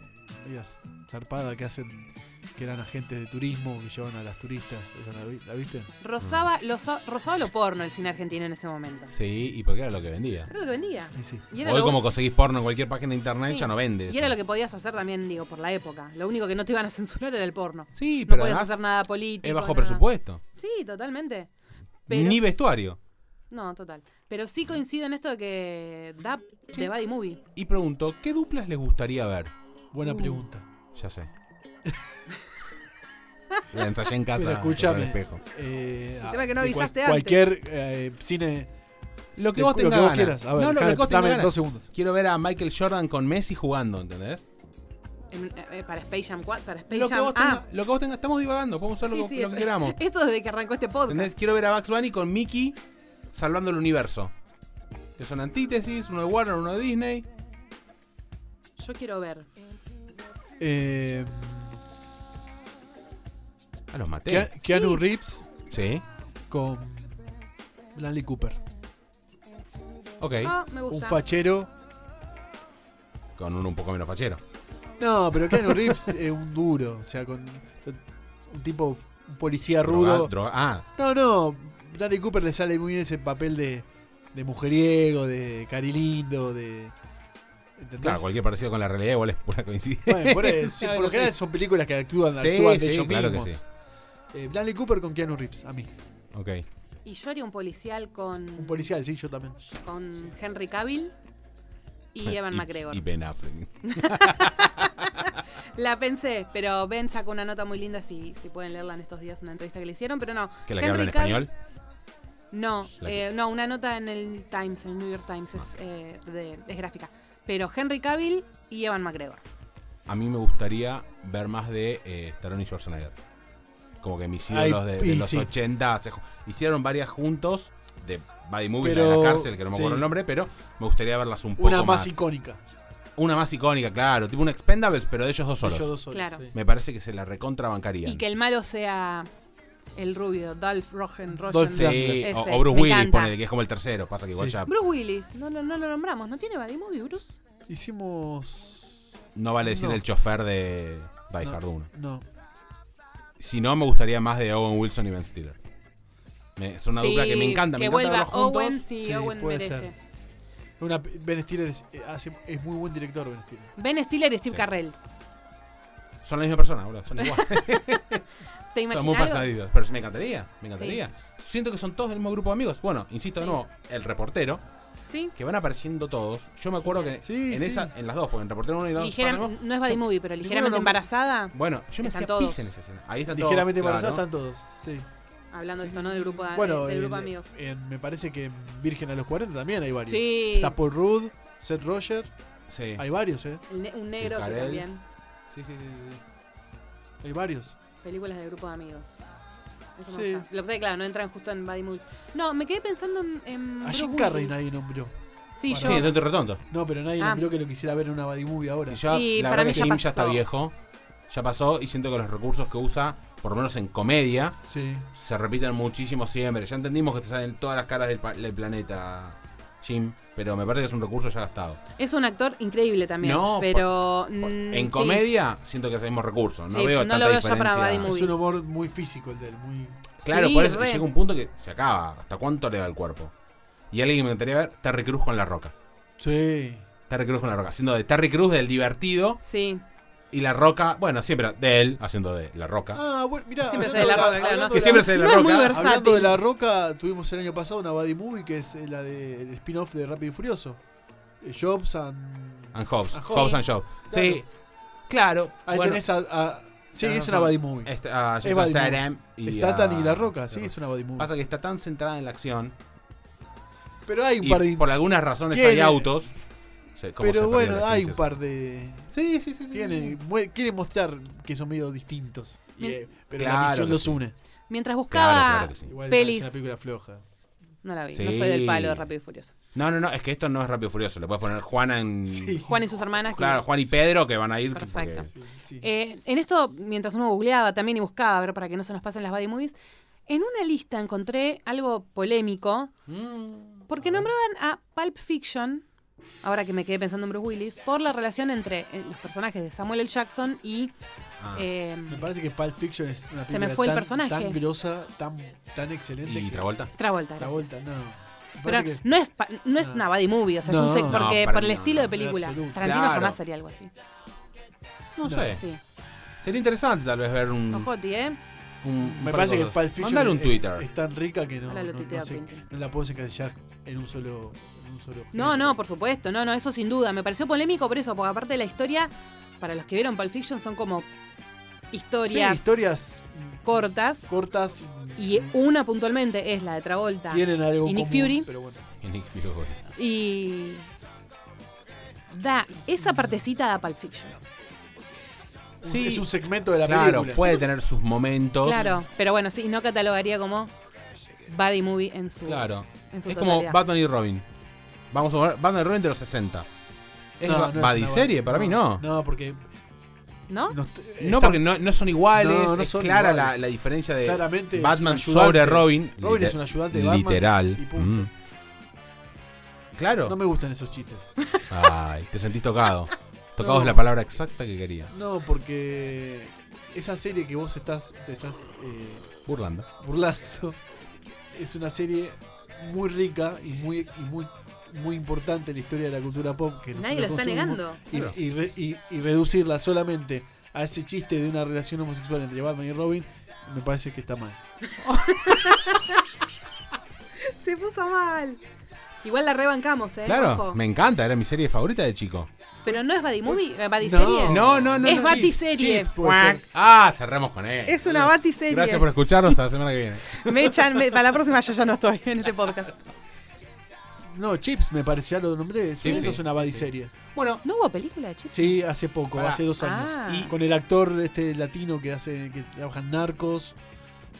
[SPEAKER 5] ellas zarpada que hacen. Que eran agentes de turismo que llevan a las turistas. ¿Esa la, vi- la viste?
[SPEAKER 1] Rosaba, lo, so- rozaba lo porno el cine argentino en ese momento.
[SPEAKER 4] Sí, y porque era lo que vendía.
[SPEAKER 1] Era lo que vendía.
[SPEAKER 5] Y sí.
[SPEAKER 1] Y era
[SPEAKER 4] Hoy
[SPEAKER 1] lo-
[SPEAKER 4] como conseguís porno en cualquier página de internet
[SPEAKER 1] sí.
[SPEAKER 4] ya no vende.
[SPEAKER 1] Y era lo que podías hacer también, digo, por la época. Lo único que no te iban a censurar era el porno.
[SPEAKER 4] Sí,
[SPEAKER 1] No
[SPEAKER 4] pero
[SPEAKER 1] podías
[SPEAKER 4] además
[SPEAKER 1] hacer nada político.
[SPEAKER 4] es bajo
[SPEAKER 1] nada.
[SPEAKER 4] presupuesto.
[SPEAKER 1] Sí, totalmente. Pero
[SPEAKER 4] Ni
[SPEAKER 1] sí-
[SPEAKER 4] vestuario.
[SPEAKER 1] No, total. Pero sí coincido en esto de que da de Buddy Movie.
[SPEAKER 4] Y pregunto, ¿qué duplas les gustaría ver?
[SPEAKER 5] Buena
[SPEAKER 1] Uh.
[SPEAKER 5] pregunta.
[SPEAKER 4] Ya sé. La ensayé en casa.
[SPEAKER 5] Pero
[SPEAKER 4] frente al
[SPEAKER 5] escúchame.
[SPEAKER 4] espejo.
[SPEAKER 5] eh,
[SPEAKER 1] tema es que no
[SPEAKER 5] de cual-
[SPEAKER 1] avisaste antes.
[SPEAKER 5] Cualquier eh, cine
[SPEAKER 4] Lo que
[SPEAKER 5] Te-
[SPEAKER 4] vos tengas
[SPEAKER 5] lo que vos
[SPEAKER 4] ganas.
[SPEAKER 5] quieras. A ver,
[SPEAKER 4] No, lo que
[SPEAKER 5] dejame-
[SPEAKER 4] vos tengas
[SPEAKER 5] dame
[SPEAKER 4] ganas.
[SPEAKER 5] dos segundos.
[SPEAKER 4] Quiero ver a Michael Jordan con Messi jugando, ¿entendés?
[SPEAKER 1] En- eh, para Space Jam 4, para Space
[SPEAKER 4] Lo que,
[SPEAKER 1] Jam.
[SPEAKER 4] vos tengas,
[SPEAKER 1] ah,
[SPEAKER 4] lo que vos tengas, estamos divagando, podemos usar lo,
[SPEAKER 1] sí,
[SPEAKER 4] que-
[SPEAKER 1] sí,
[SPEAKER 4] lo
[SPEAKER 1] eso-
[SPEAKER 4] que queramos.
[SPEAKER 1] Eso desde que arrancó este podcast.
[SPEAKER 4] ¿Entendés? Quiero ver a Bugs Bunny con Mickey salvando el universo. Que son antítesis, uno de Warner, uno de Disney.
[SPEAKER 1] Yo quiero ver.
[SPEAKER 5] Eh,
[SPEAKER 4] A Ah, los maté.
[SPEAKER 5] Kea- Keanu
[SPEAKER 1] Sí.
[SPEAKER 5] Reeves
[SPEAKER 4] Sí.
[SPEAKER 5] con Bradley Cooper.
[SPEAKER 4] Ok.
[SPEAKER 1] Ah, me
[SPEAKER 5] Un
[SPEAKER 1] gusta.
[SPEAKER 5] fachero.
[SPEAKER 4] Con uno un poco menos fachero.
[SPEAKER 5] No, pero Keanu Reeves es un duro. O sea, con un tipo, un policía
[SPEAKER 4] Droga-
[SPEAKER 5] rudo.
[SPEAKER 4] droga- ah,
[SPEAKER 5] No, no. Bradley Cooper le sale muy bien ese papel de, de mujeriego, de cari lindo, de. ¿Entendés?
[SPEAKER 4] claro, cualquier parecido con la realidad igual es pura coincidencia.
[SPEAKER 5] Bueno, por, eso, sí, por lo
[SPEAKER 4] Sí.
[SPEAKER 5] general son películas que actúan,
[SPEAKER 4] Sí,
[SPEAKER 5] actúan de
[SPEAKER 4] sí,
[SPEAKER 5] ellos
[SPEAKER 4] claro que
[SPEAKER 5] mismos. Eh, Bradley Cooper con Keanu Reeves, a mí.
[SPEAKER 4] Ok.
[SPEAKER 1] Y yo haría un policial con,
[SPEAKER 5] Un policial, sí, yo también.
[SPEAKER 1] con Henry Cavill y Evan McGregor.
[SPEAKER 4] Y Ben Affleck.
[SPEAKER 1] La pensé, pero Ben sacó una nota muy linda si, si pueden leerla en estos días, una entrevista que le hicieron, pero no.
[SPEAKER 4] Que la que
[SPEAKER 1] Henry
[SPEAKER 4] habla en
[SPEAKER 1] Cavill-
[SPEAKER 4] español.
[SPEAKER 1] No,
[SPEAKER 4] La que- Ah.
[SPEAKER 1] eh, no, una nota en el Times, en el New York Times, es, eh, de- es gráfica. Pero Henry Cavill y Evan McGregor.
[SPEAKER 4] A mí me gustaría ver más de eh, Stallone y Schwarzenegger. Como que mis
[SPEAKER 5] Ay,
[SPEAKER 4] ídolos de, de
[SPEAKER 5] y
[SPEAKER 4] los
[SPEAKER 5] sí.
[SPEAKER 4] 80 se ju- hicieron varias juntos de Buddy Movie, la
[SPEAKER 5] Pero-
[SPEAKER 4] de la cárcel, que no me acuerdo
[SPEAKER 5] sí.
[SPEAKER 4] el nombre, pero me gustaría verlas un poco
[SPEAKER 5] Una más,
[SPEAKER 4] más.
[SPEAKER 5] icónica.
[SPEAKER 4] Una más icónica, claro. Tipo un Expendables, pero de ellos dos solos.
[SPEAKER 5] Ellos dos solos,
[SPEAKER 1] Claro.
[SPEAKER 5] sí.
[SPEAKER 4] Me parece que se la recontrabancarían.
[SPEAKER 1] Y que el malo sea el rubio, Dolph Rogen. Rogen
[SPEAKER 5] Dolph Lundgren.
[SPEAKER 4] Sí, o,
[SPEAKER 1] Ese,
[SPEAKER 4] o Bruce
[SPEAKER 1] me
[SPEAKER 4] Willis,
[SPEAKER 1] encanta.
[SPEAKER 4] ponele, que es como el tercero. Pasa que igual
[SPEAKER 5] Sí.
[SPEAKER 4] ya
[SPEAKER 1] Bruce Willis, no, lo- no lo nombramos, ¿no tiene Buddy Movie Bruce?
[SPEAKER 5] Hicimos.
[SPEAKER 4] no vale decir
[SPEAKER 5] No.
[SPEAKER 4] el chofer de Die
[SPEAKER 5] No.
[SPEAKER 4] Hard 1.
[SPEAKER 5] No.
[SPEAKER 4] Si no, me gustaría más de Owen Wilson y Ben Stiller. Me- es una dupla que me encanta.
[SPEAKER 1] Que
[SPEAKER 4] me encanta
[SPEAKER 1] vuelva
[SPEAKER 4] verlos juntos.
[SPEAKER 1] Owen, sí,
[SPEAKER 5] Sí,
[SPEAKER 1] Owen
[SPEAKER 5] puede
[SPEAKER 1] merece.
[SPEAKER 5] ser. Una, ben Stiller es, eh, hace- es muy buen director, Ben Stiller.
[SPEAKER 1] Ben Stiller y Steve
[SPEAKER 4] Sí.
[SPEAKER 1] Carrell.
[SPEAKER 4] Son la misma persona, boludo. Son iguales.
[SPEAKER 1] ¿Te
[SPEAKER 4] son muy
[SPEAKER 1] imaginas? algo?
[SPEAKER 4] personalizados. Pero me encantaría. Me encantaría. Siento que son todos del mismo grupo de amigos. Bueno, insisto de
[SPEAKER 1] Sí.
[SPEAKER 4] nuevo, el reportero,
[SPEAKER 1] Sí.
[SPEAKER 4] que van apareciendo todos. Yo me acuerdo que
[SPEAKER 5] Sí,
[SPEAKER 4] en
[SPEAKER 5] sí.
[SPEAKER 4] esa, en las dos, porque en reportero 1 y 2.
[SPEAKER 1] Ligera- no es Buddy Movie, pero ligeramente
[SPEAKER 5] nombra-
[SPEAKER 1] embarazada.
[SPEAKER 4] Bueno, yo me
[SPEAKER 1] Están
[SPEAKER 4] hacía
[SPEAKER 1] todos.
[SPEAKER 4] pis en esa escena. Ahí están todos,
[SPEAKER 5] Ligeramente
[SPEAKER 4] claro.
[SPEAKER 5] embarazadas están todos. Sí.
[SPEAKER 1] Hablando de esto, ¿no? Del grupo de,
[SPEAKER 5] Bueno,
[SPEAKER 1] del grupo de
[SPEAKER 5] en-
[SPEAKER 1] amigos.
[SPEAKER 5] en- me parece que en Virgen a los 40 también hay varios.
[SPEAKER 1] Sí.
[SPEAKER 5] Está Paul Rudd, Seth Roger.
[SPEAKER 4] Sí.
[SPEAKER 5] Hay varios, ¿eh?
[SPEAKER 1] El ne- un negro que
[SPEAKER 4] Carell.
[SPEAKER 1] también.
[SPEAKER 4] Sí, sí, sí, sí, sí.
[SPEAKER 5] Hay varios.
[SPEAKER 1] Películas del grupo de amigos. Eso me
[SPEAKER 5] Sí.
[SPEAKER 1] gusta. Lo que pasa es que, claro, no entran justo en Buddy Movie. No, me quedé pensando en. en
[SPEAKER 5] A Ah, Jim
[SPEAKER 1] Bruce
[SPEAKER 5] Carrey
[SPEAKER 1] Willis.
[SPEAKER 5] nadie nombró.
[SPEAKER 1] Sí,
[SPEAKER 5] Sí,
[SPEAKER 1] yo.
[SPEAKER 4] Sí, entonces retonto.
[SPEAKER 5] No, pero nadie
[SPEAKER 1] Ah.
[SPEAKER 5] nombró que lo quisiera ver en una body movie ahora.
[SPEAKER 4] Y ya,
[SPEAKER 1] Y
[SPEAKER 4] la
[SPEAKER 1] para
[SPEAKER 4] verdad
[SPEAKER 1] mí
[SPEAKER 4] que
[SPEAKER 1] ya
[SPEAKER 4] Jim ya está
[SPEAKER 1] pasó.
[SPEAKER 4] viejo. Ya pasó y siento que los recursos que usa, por lo menos en comedia,
[SPEAKER 5] Sí.
[SPEAKER 4] se repiten muchísimo siempre. Ya entendimos que te salen todas las caras del, pa- del planeta, Jim, pero me parece que es un recurso ya gastado.
[SPEAKER 1] Es un actor increíble también.
[SPEAKER 4] No,
[SPEAKER 1] pero.
[SPEAKER 4] Por-
[SPEAKER 1] mm,
[SPEAKER 4] en
[SPEAKER 1] sí.
[SPEAKER 4] comedia siento que es el mismo recurso. No
[SPEAKER 1] Sí,
[SPEAKER 4] veo
[SPEAKER 1] no
[SPEAKER 4] tanta
[SPEAKER 1] lo veo ya
[SPEAKER 4] diferencia.
[SPEAKER 1] para Buddy Movie.
[SPEAKER 5] Es un humor muy físico el de él. Muy...
[SPEAKER 4] Claro,
[SPEAKER 1] Sí,
[SPEAKER 4] por eso
[SPEAKER 1] re.
[SPEAKER 4] llega un punto que se acaba. ¿Hasta cuánto le da el cuerpo? Y alguien que me gustaría ver, Terry Cruz con La Roca.
[SPEAKER 5] Sí.
[SPEAKER 4] Terry Cruz con La Roca. Haciendo de Terry Cruz del divertido
[SPEAKER 1] Sí.
[SPEAKER 4] y La Roca, bueno, siempre de él, haciendo de La Roca.
[SPEAKER 5] Ah, bueno, mirá.
[SPEAKER 1] Siempre se
[SPEAKER 5] hablando
[SPEAKER 1] de la roca,
[SPEAKER 5] de
[SPEAKER 1] claro, ¿no?
[SPEAKER 5] hablando
[SPEAKER 4] Que
[SPEAKER 5] de
[SPEAKER 4] siempre
[SPEAKER 5] la-
[SPEAKER 4] se de La
[SPEAKER 1] No es muy
[SPEAKER 4] Roca.
[SPEAKER 1] versátil.
[SPEAKER 5] Hablando de la roca, tuvimos el año pasado una body movie que es eh, la de el spin-off de Rápido y Furioso. Eh, Jobs and.
[SPEAKER 4] And Hobbs.
[SPEAKER 1] Ah,
[SPEAKER 5] And
[SPEAKER 4] Hobbs
[SPEAKER 5] Hobbs.
[SPEAKER 4] and Show. Sí. Claro.
[SPEAKER 5] Ahí
[SPEAKER 4] bueno,
[SPEAKER 5] tenés a. a- sí,
[SPEAKER 4] tenés
[SPEAKER 5] es una
[SPEAKER 4] razón.
[SPEAKER 5] body movie.
[SPEAKER 4] Est- este, a Jason
[SPEAKER 5] Es Buddy
[SPEAKER 4] Statham y
[SPEAKER 5] Statan
[SPEAKER 4] a-
[SPEAKER 5] y la roca, sí, es una body movie.
[SPEAKER 4] Pasa que está tan centrada en la acción.
[SPEAKER 5] Pero hay un
[SPEAKER 4] Y
[SPEAKER 5] par de.
[SPEAKER 4] por algunas razones
[SPEAKER 5] tiene-
[SPEAKER 4] hay autos. se- cómo se perdió
[SPEAKER 5] Pero bueno,
[SPEAKER 4] la
[SPEAKER 5] hay
[SPEAKER 4] esencia
[SPEAKER 5] un par de.
[SPEAKER 4] eso. Sí, sí, sí. sí, sí.
[SPEAKER 5] Tienen, mue- quieren mostrar que son medio distintos. Y,
[SPEAKER 1] Mien-
[SPEAKER 5] eh, pero
[SPEAKER 4] Claro
[SPEAKER 5] la misión
[SPEAKER 4] que
[SPEAKER 5] los
[SPEAKER 4] sí.
[SPEAKER 5] une.
[SPEAKER 1] Mientras buscaba.
[SPEAKER 4] Claro, claro que sí.
[SPEAKER 5] Igual
[SPEAKER 1] Pelis.
[SPEAKER 5] es una película floja.
[SPEAKER 1] No la vi,
[SPEAKER 4] Sí.
[SPEAKER 1] no soy del palo de Rápido y Furioso.
[SPEAKER 4] No, no, no. Es que esto no es Rápido y Furioso. Le puedes poner Juana en.
[SPEAKER 1] Juan y sus hermanas. que-
[SPEAKER 4] Claro, Juan y Pedro que van a ir. porque-
[SPEAKER 1] Perfecto.
[SPEAKER 5] Sí, sí.
[SPEAKER 1] Eh, en esto, mientras uno googleaba también y buscaba, a ver, para que no se nos pasen las body movies, en una lista encontré algo polémico,
[SPEAKER 4] Mm.
[SPEAKER 1] porque nombraban a Pulp Fiction, ahora que me quedé pensando en Bruce Willis, por la relación entre eh, los personajes de Samuel L. Jackson y...
[SPEAKER 4] Ah,
[SPEAKER 1] eh,
[SPEAKER 5] Me parece que Pulp Fiction es una película
[SPEAKER 1] Se me fue el
[SPEAKER 5] tan,
[SPEAKER 1] personaje.
[SPEAKER 5] tan grosa, tan, tan excelente.
[SPEAKER 4] y
[SPEAKER 5] que-
[SPEAKER 4] Travolta.
[SPEAKER 1] Travolta, gracias.
[SPEAKER 5] Travolta, no. Me
[SPEAKER 1] Pero
[SPEAKER 5] parece que-
[SPEAKER 1] no es, pa- no es
[SPEAKER 5] No.
[SPEAKER 1] una body movie, o sea, es un
[SPEAKER 5] No.
[SPEAKER 1] sec-
[SPEAKER 5] No,
[SPEAKER 1] porque
[SPEAKER 4] para
[SPEAKER 1] por el
[SPEAKER 4] mí Ah. no,
[SPEAKER 1] estilo de
[SPEAKER 4] no,
[SPEAKER 1] película.
[SPEAKER 5] absoluto.
[SPEAKER 1] Tarantino
[SPEAKER 4] Claro.
[SPEAKER 1] jamás haría algo así.
[SPEAKER 4] No,
[SPEAKER 5] No.
[SPEAKER 4] sé. Mm.
[SPEAKER 1] Sí.
[SPEAKER 4] Sería interesante tal vez ver un.
[SPEAKER 1] Ojoti, ¿eh?
[SPEAKER 4] un- un
[SPEAKER 5] me
[SPEAKER 4] par de
[SPEAKER 5] parece que
[SPEAKER 4] cosas.
[SPEAKER 5] Pulp Fiction
[SPEAKER 4] Mandale un
[SPEAKER 5] es-
[SPEAKER 4] Twitter.
[SPEAKER 5] Es, tan rica que no,
[SPEAKER 1] Ahora
[SPEAKER 5] no,
[SPEAKER 1] lo tuitea
[SPEAKER 5] no sé-
[SPEAKER 1] Pinky.
[SPEAKER 5] no la puedes encasillar en un solo. en un solo
[SPEAKER 1] No,
[SPEAKER 5] género.
[SPEAKER 1] no, por supuesto, no, no, eso sin duda. Me pareció polémico por eso, porque aparte de la historia, para los que vieron Pulp Fiction, son como
[SPEAKER 5] Sí,
[SPEAKER 1] historias
[SPEAKER 5] historias
[SPEAKER 1] cortas.
[SPEAKER 5] cortas
[SPEAKER 1] y una puntualmente es la de Travolta.
[SPEAKER 5] tienen algo
[SPEAKER 1] y Nick
[SPEAKER 5] común,
[SPEAKER 1] Fury.
[SPEAKER 5] pero bueno.
[SPEAKER 4] Y que Nick Fury.
[SPEAKER 1] Y da esa partecita da Pulp Fiction.
[SPEAKER 5] Un-
[SPEAKER 4] Sí.
[SPEAKER 5] Es un segmento de la
[SPEAKER 4] Claro,
[SPEAKER 5] película.
[SPEAKER 4] puede tener sus momentos.
[SPEAKER 1] Claro, pero bueno, sí, no catalogaría como body movie en su
[SPEAKER 4] Claro.
[SPEAKER 1] en su
[SPEAKER 4] Es como
[SPEAKER 1] totalidad.
[SPEAKER 4] Batman y Robin. Vamos a poner Batman y Robin de los 60.
[SPEAKER 5] Eh,
[SPEAKER 4] ¿Es
[SPEAKER 5] No,
[SPEAKER 4] ba-
[SPEAKER 5] no es una
[SPEAKER 4] badiserie? Para mí no.
[SPEAKER 5] No, porque.
[SPEAKER 1] ¿No?
[SPEAKER 5] No, est-
[SPEAKER 4] No,
[SPEAKER 5] está
[SPEAKER 4] porque no, no son iguales.
[SPEAKER 5] No, no
[SPEAKER 4] es
[SPEAKER 5] son
[SPEAKER 4] clara
[SPEAKER 5] iguales.
[SPEAKER 4] La, la diferencia de
[SPEAKER 5] claramente es
[SPEAKER 4] Batman
[SPEAKER 5] un ayudante.
[SPEAKER 4] sobre Robin.
[SPEAKER 5] Robin
[SPEAKER 4] Liter-
[SPEAKER 5] es un ayudante de Batman.
[SPEAKER 4] Literal.
[SPEAKER 5] y punto.
[SPEAKER 4] Mm. Claro.
[SPEAKER 5] No me gustan esos chistes.
[SPEAKER 4] Ay, te sentís tocado. Tocado
[SPEAKER 5] No.
[SPEAKER 4] es la palabra exacta que quería.
[SPEAKER 5] No, porque. Esa serie que vos estás, te estás eh,
[SPEAKER 4] Burlando.
[SPEAKER 5] burlando es una serie muy rica y muy, y muy, muy importante en la historia de la cultura pop. Que
[SPEAKER 1] Nadie lo
[SPEAKER 5] nosotros
[SPEAKER 1] está
[SPEAKER 5] consumimos.
[SPEAKER 1] negando.
[SPEAKER 5] y, y re- y- y reducirla solamente a ese chiste de una relación homosexual entre Batman y Robin, me parece que está mal.
[SPEAKER 1] Se puso mal. Igual la rebancamos, ¿eh?
[SPEAKER 4] Claro,
[SPEAKER 1] Ojo.
[SPEAKER 4] me encanta, era mi serie favorita de chico.
[SPEAKER 1] Pero no es body movie, eh, body
[SPEAKER 5] No.
[SPEAKER 1] serie.
[SPEAKER 4] No, no, no.
[SPEAKER 1] Es
[SPEAKER 4] no.
[SPEAKER 1] batiserie.
[SPEAKER 4] Chips,
[SPEAKER 5] Puede
[SPEAKER 4] cuac.
[SPEAKER 5] ser.
[SPEAKER 4] Ah, cerremos con él.
[SPEAKER 1] Es una batiserie.
[SPEAKER 4] Gracias por escucharnos hasta la semana que viene.
[SPEAKER 1] Me echan, me- para la próxima yo ya no estoy en este podcast.
[SPEAKER 5] No, Chips me parece, ya lo nombré,
[SPEAKER 4] Sí,
[SPEAKER 5] eso
[SPEAKER 4] sí,
[SPEAKER 5] es una
[SPEAKER 4] sí,
[SPEAKER 5] badiserie.
[SPEAKER 4] Bueno,
[SPEAKER 1] ¿No hubo película de chicos?
[SPEAKER 5] Sí, hace poco,
[SPEAKER 4] Pará.
[SPEAKER 5] hace dos años.
[SPEAKER 1] Ah.
[SPEAKER 5] Y con el actor este latino que hace, que trabaja en narcos,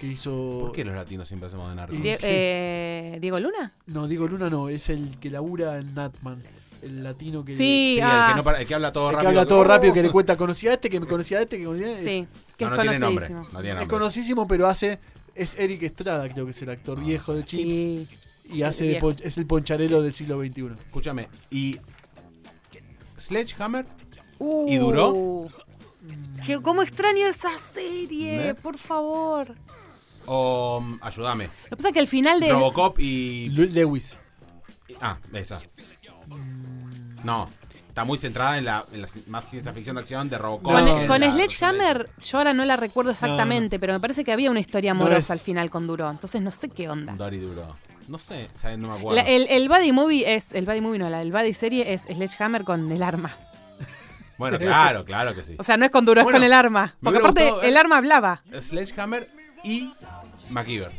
[SPEAKER 5] que hizo.
[SPEAKER 4] ¿por qué los latinos siempre hacemos de narcos?
[SPEAKER 5] Die- Sí.
[SPEAKER 1] eh, ¿Diego Luna?
[SPEAKER 5] No, digo Luna no, es el que labura en Natman. El latino que,
[SPEAKER 1] Sí,
[SPEAKER 4] Sí,
[SPEAKER 1] ah,
[SPEAKER 4] el, que no para- el que habla todo
[SPEAKER 5] el que
[SPEAKER 4] rápido.
[SPEAKER 5] habla todo rápido, que le cuenta, conocía a este, que me conocía a este, que conocía a este.
[SPEAKER 1] sí, que
[SPEAKER 4] No,
[SPEAKER 1] es
[SPEAKER 4] no tiene nombre.
[SPEAKER 1] conocidísimo.
[SPEAKER 4] No tiene
[SPEAKER 5] Es,
[SPEAKER 4] nombre.
[SPEAKER 5] es conocidísimo, pero hace. Es Eric Estrada, creo que es el
[SPEAKER 4] Ah,
[SPEAKER 5] actor viejo de Chips.
[SPEAKER 1] Sí.
[SPEAKER 5] Y hace de
[SPEAKER 1] Viejo.
[SPEAKER 5] pon- es el poncharelo del siglo XXI.
[SPEAKER 4] Escúchame, y. Sledgehammer,
[SPEAKER 1] Uh,
[SPEAKER 4] ¿Y duró?
[SPEAKER 1] que- ¿Cómo extraño esa serie?
[SPEAKER 4] ¿Ves?
[SPEAKER 1] Por favor. Lo
[SPEAKER 4] o. mm, ayúdame.
[SPEAKER 1] que pasa es que el final de...
[SPEAKER 4] Robocop y.
[SPEAKER 5] Luis Lewis.
[SPEAKER 4] y- Ah, esa. No, está muy centrada en la, en la ci- más ciencia ficción de acción de Robocop.
[SPEAKER 1] Con, e-,
[SPEAKER 5] No,
[SPEAKER 1] con
[SPEAKER 4] la-
[SPEAKER 1] Sledgehammer, yo ahora no la recuerdo exactamente, pero me parece que había una historia amorosa
[SPEAKER 5] No es-
[SPEAKER 1] al final con Duró, entonces no sé qué onda.
[SPEAKER 4] Dory Duro. No sé, o sea, no me acuerdo.
[SPEAKER 1] La- eh, el, el Buddy Movie es, el Buddy Movie no, la, el Buddy Serie es Sledgehammer con el arma.
[SPEAKER 4] Bueno, claro, claro que sí.
[SPEAKER 1] O sea, no es con Duró,
[SPEAKER 4] Bueno,
[SPEAKER 1] es con el arma.
[SPEAKER 4] me
[SPEAKER 1] Porque
[SPEAKER 4] hubiera
[SPEAKER 1] aparte,
[SPEAKER 4] gustado, eh.
[SPEAKER 1] el arma hablaba.
[SPEAKER 4] Sledgehammer y MacGyver.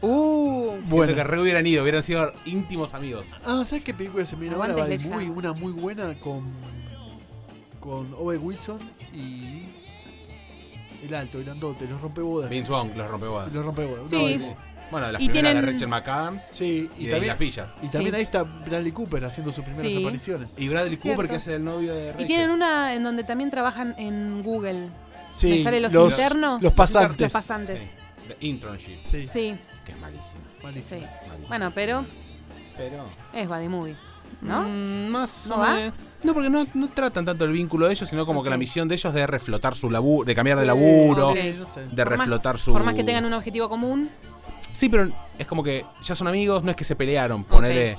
[SPEAKER 1] Uh,
[SPEAKER 4] Bueno, que re hubieran ido, hubieran sido íntimos amigos.
[SPEAKER 5] Ah, ¿sabes qué película se me viene ahora?
[SPEAKER 1] Aguante
[SPEAKER 5] Vale,
[SPEAKER 1] Sledgehammer.
[SPEAKER 5] muy, una muy buena con. con Owen Wilson y. el alto, el grandote, los rompebodas.
[SPEAKER 4] Vince Wong, los rompebodas.
[SPEAKER 5] Los rompebodas.
[SPEAKER 1] Sí.
[SPEAKER 5] No,
[SPEAKER 4] Sí,
[SPEAKER 5] y-
[SPEAKER 4] sí. Bueno, de las
[SPEAKER 1] Y
[SPEAKER 4] primeras
[SPEAKER 1] tienen-
[SPEAKER 4] de Rachel McAdams
[SPEAKER 5] sí,
[SPEAKER 4] y,
[SPEAKER 5] y,
[SPEAKER 4] de
[SPEAKER 5] también,
[SPEAKER 4] Isla Fisher.
[SPEAKER 5] y también
[SPEAKER 1] Sí.
[SPEAKER 5] ahí está Bradley Cooper haciendo sus primeras
[SPEAKER 1] Sí.
[SPEAKER 5] apariciones.
[SPEAKER 4] Y Bradley
[SPEAKER 1] Cierto.
[SPEAKER 4] Cooper, que es el novio de Rachel.
[SPEAKER 1] y tienen una en donde también trabajan en Google.
[SPEAKER 5] Sí,
[SPEAKER 1] Me sale los internos.
[SPEAKER 5] Los pasantes.
[SPEAKER 1] Los pasantes.
[SPEAKER 4] Sí. The Internship,
[SPEAKER 5] Sí,
[SPEAKER 1] Sí,
[SPEAKER 4] que es malísimo.
[SPEAKER 5] malísimo.
[SPEAKER 1] sí.
[SPEAKER 4] malísimo.
[SPEAKER 1] Bueno, pero
[SPEAKER 4] pero.
[SPEAKER 1] es Buddy Movie, ¿no?
[SPEAKER 4] Mm, más
[SPEAKER 1] ¿No
[SPEAKER 4] o
[SPEAKER 1] va?
[SPEAKER 4] menos. No, porque no, no tratan tanto el vínculo de ellos, sino como que la
[SPEAKER 1] Ok.
[SPEAKER 4] misión de ellos de reflotar su laburo, de cambiar de
[SPEAKER 5] Sí,
[SPEAKER 4] laburo,
[SPEAKER 1] sí.
[SPEAKER 5] sí, no sé.
[SPEAKER 4] de
[SPEAKER 1] Por más-
[SPEAKER 4] reflotar su.
[SPEAKER 1] Por más que tengan un objetivo común.
[SPEAKER 4] Sí, pero es como que ya son amigos, no es que se pelearon. Ponele.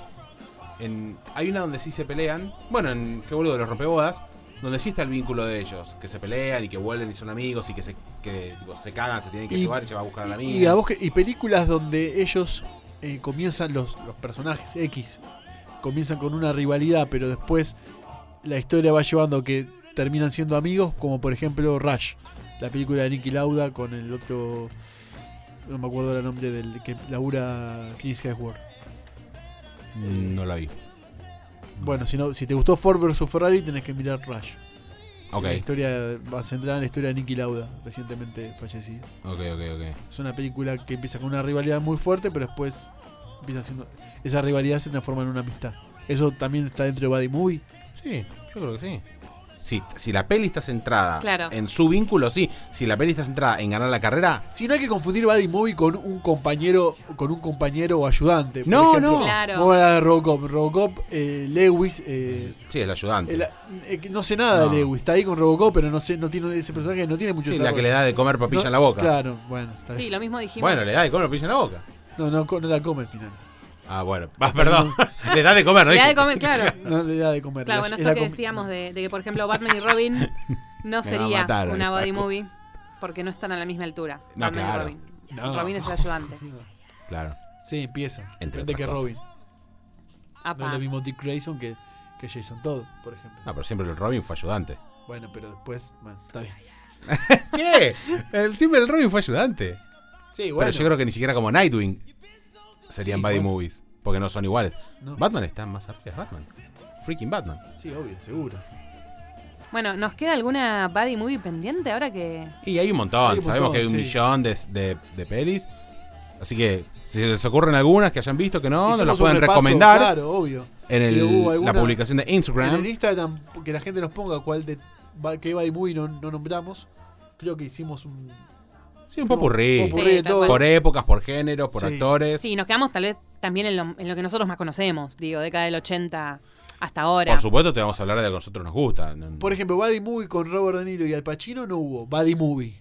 [SPEAKER 4] En, hay una donde sí se pelean. Bueno, en qué boludo de los rompebodas. Donde sí está el vínculo de ellos. Que se pelean y que vuelven y son amigos y que se, que, tipo, se cagan, se tienen que
[SPEAKER 5] Y-
[SPEAKER 4] llevar y se va a buscar a la amiga.
[SPEAKER 5] Y, a vos que- y películas donde ellos eh, comienzan, los, los personajes X, comienzan con una rivalidad, pero después la historia va llevando que terminan siendo amigos, como por ejemplo Rush, la película de Nicky Lauda con el otro. No me acuerdo el nombre del que labura Chris Hemsworth.
[SPEAKER 4] Mm, No la vi. Mm.
[SPEAKER 5] Bueno, si, no, si te gustó Ford vs Ferrari, tenés que mirar Rush.
[SPEAKER 4] Ok,
[SPEAKER 5] La historia va centrada en la historia de Nicky Lauda, recientemente fallecido.
[SPEAKER 4] ok, ok, ok.
[SPEAKER 5] Es una película que empieza con una rivalidad muy fuerte, pero después empieza siendo. Esa rivalidad se transforma en una amistad. Eso también está dentro de Buddy Movie.
[SPEAKER 4] Sí, yo creo que sí. Si, si la peli está centrada
[SPEAKER 1] Claro.
[SPEAKER 4] en su vínculo, sí. Si la peli está centrada en ganar la carrera,
[SPEAKER 5] Si no hay que confundir Buddy Movie con un compañero, con un compañero o ayudante. Por
[SPEAKER 4] No,
[SPEAKER 5] ejemplo,
[SPEAKER 4] no.
[SPEAKER 1] Claro.
[SPEAKER 5] vamos a hablar de Robocop. Robocop, eh, Lewis, eh,
[SPEAKER 4] sí, el ayudante.
[SPEAKER 5] el- eh, que no sé nada
[SPEAKER 4] No.
[SPEAKER 5] de Lewis, está ahí con Robocop, pero no sé, no tiene ese personaje no tiene mucho
[SPEAKER 4] Sí, la que le da de comer papilla
[SPEAKER 5] No,
[SPEAKER 4] en la boca.
[SPEAKER 5] Claro, bueno, está
[SPEAKER 1] Sí,
[SPEAKER 5] bien.
[SPEAKER 1] lo mismo dijimos.
[SPEAKER 4] Bueno, le da de comer papilla en la boca.
[SPEAKER 5] No, no, co- no la come al final.
[SPEAKER 4] Ah, bueno. Ah, perdón. le da de comer, ¿no?
[SPEAKER 1] Le da de
[SPEAKER 4] dije?
[SPEAKER 1] comer, claro.
[SPEAKER 5] No le da de comer.
[SPEAKER 1] Claro,
[SPEAKER 5] la-
[SPEAKER 1] bueno,
[SPEAKER 5] es
[SPEAKER 1] esto
[SPEAKER 5] la
[SPEAKER 1] que
[SPEAKER 5] com-
[SPEAKER 1] decíamos de, de que, por ejemplo, Batman y Robin no
[SPEAKER 4] Me va a
[SPEAKER 1] sería
[SPEAKER 4] matar,
[SPEAKER 1] una
[SPEAKER 4] me
[SPEAKER 1] body
[SPEAKER 4] cago.
[SPEAKER 1] movie porque no están a la misma altura.
[SPEAKER 4] No,
[SPEAKER 1] Batman
[SPEAKER 4] claro.
[SPEAKER 1] y Robin.
[SPEAKER 5] No.
[SPEAKER 1] Robin es el ayudante.
[SPEAKER 4] Claro.
[SPEAKER 5] Sí, empieza.
[SPEAKER 4] Entre
[SPEAKER 5] Depende
[SPEAKER 4] otras
[SPEAKER 5] que
[SPEAKER 4] cosas.
[SPEAKER 5] Robin. No
[SPEAKER 1] Apa.
[SPEAKER 5] es lo mismo Dick Grayson que, que Jason Todd, por ejemplo.
[SPEAKER 4] No, pero siempre el Robin fue ayudante.
[SPEAKER 5] Bueno, pero después, bueno, está bien.
[SPEAKER 4] ¿Qué? El, siempre el Robin fue ayudante.
[SPEAKER 5] Sí,
[SPEAKER 4] Pero yo creo que ni siquiera como Nightwing serían
[SPEAKER 5] Sí,
[SPEAKER 4] Buddy
[SPEAKER 5] bueno.
[SPEAKER 4] Movies. Porque no son iguales.
[SPEAKER 5] No.
[SPEAKER 4] Batman está más arriba, es Batman. Freaking Batman.
[SPEAKER 5] Sí, obvio, seguro.
[SPEAKER 1] Bueno, ¿nos queda alguna buddy movie pendiente ahora que
[SPEAKER 4] Y hay un montón,
[SPEAKER 5] Hay un
[SPEAKER 4] sabemos
[SPEAKER 5] montón,
[SPEAKER 4] que hay un
[SPEAKER 5] sí.
[SPEAKER 4] millón de, de- de pelis. Así que si se les ocurren algunas que hayan visto, que
[SPEAKER 5] Y
[SPEAKER 4] no, nos las
[SPEAKER 5] hacemos
[SPEAKER 4] pueden
[SPEAKER 5] un repaso,
[SPEAKER 4] recomendar
[SPEAKER 5] Claro, obvio.
[SPEAKER 4] en
[SPEAKER 5] Si
[SPEAKER 4] el-
[SPEAKER 5] hubo alguna-
[SPEAKER 4] la publicación de
[SPEAKER 5] En el
[SPEAKER 4] Instagram.
[SPEAKER 5] Instagram, que la gente nos ponga cuál de va- qué Buddy Movie no, no nombramos. Creo que hicimos un.
[SPEAKER 4] Sí, un popurrí.
[SPEAKER 1] popurrí.
[SPEAKER 5] de
[SPEAKER 1] Sí, tal
[SPEAKER 5] todo.
[SPEAKER 1] cual.
[SPEAKER 4] Por épocas, por género, por
[SPEAKER 5] Sí.
[SPEAKER 4] actores.
[SPEAKER 1] Sí, nos quedamos tal vez también en lo, en lo que nosotros más conocemos, digo, década del 80 hasta ahora.
[SPEAKER 4] Por supuesto te vamos a hablar de lo que a nosotros nos gusta.
[SPEAKER 5] Por ejemplo, Buddy Movie con Robert De Niro y Al Pacino no hubo. Buddy Movie.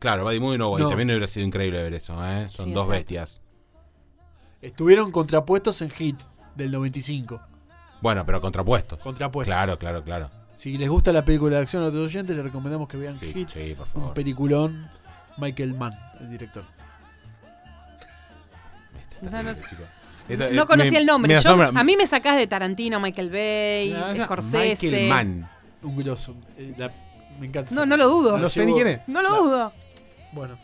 [SPEAKER 4] Claro, Buddy Movie no, hubo, y
[SPEAKER 5] No.
[SPEAKER 4] también hubiera sido increíble ver eso, ¿eh? Son
[SPEAKER 1] Sí,
[SPEAKER 4] dos
[SPEAKER 1] exacto.
[SPEAKER 4] bestias.
[SPEAKER 5] Estuvieron contrapuestos en Hit del 95.
[SPEAKER 4] Bueno, pero contrapuestos.
[SPEAKER 5] Contrapuestos.
[SPEAKER 4] Claro, claro, claro.
[SPEAKER 5] Si les gusta la película de acción a otros oyentes, les recomendamos que vean
[SPEAKER 4] Sí,
[SPEAKER 5] Hit.
[SPEAKER 4] sí, por
[SPEAKER 5] Un
[SPEAKER 4] favor.
[SPEAKER 5] peliculón. Michael Mann, el director.
[SPEAKER 4] Este
[SPEAKER 1] No,
[SPEAKER 4] está
[SPEAKER 1] no
[SPEAKER 4] terrible,
[SPEAKER 1] sé.
[SPEAKER 4] chico.
[SPEAKER 1] no
[SPEAKER 4] Esto, eh,
[SPEAKER 1] conocía
[SPEAKER 4] me-
[SPEAKER 1] el nombre.
[SPEAKER 4] me
[SPEAKER 1] Yo-
[SPEAKER 4] asombra.
[SPEAKER 1] a mí me sacás de Tarantino, Michael Bay,
[SPEAKER 4] Ah, ya,
[SPEAKER 1] Scorsese.
[SPEAKER 4] Michael Mann.
[SPEAKER 5] Un grosso. Eh, la- me encanta.
[SPEAKER 1] No, no lo dudo.
[SPEAKER 4] No
[SPEAKER 5] Lo
[SPEAKER 4] sé ni
[SPEAKER 5] llevó-
[SPEAKER 4] quién es.
[SPEAKER 1] No lo
[SPEAKER 5] La-
[SPEAKER 1] dudo.
[SPEAKER 5] Bueno,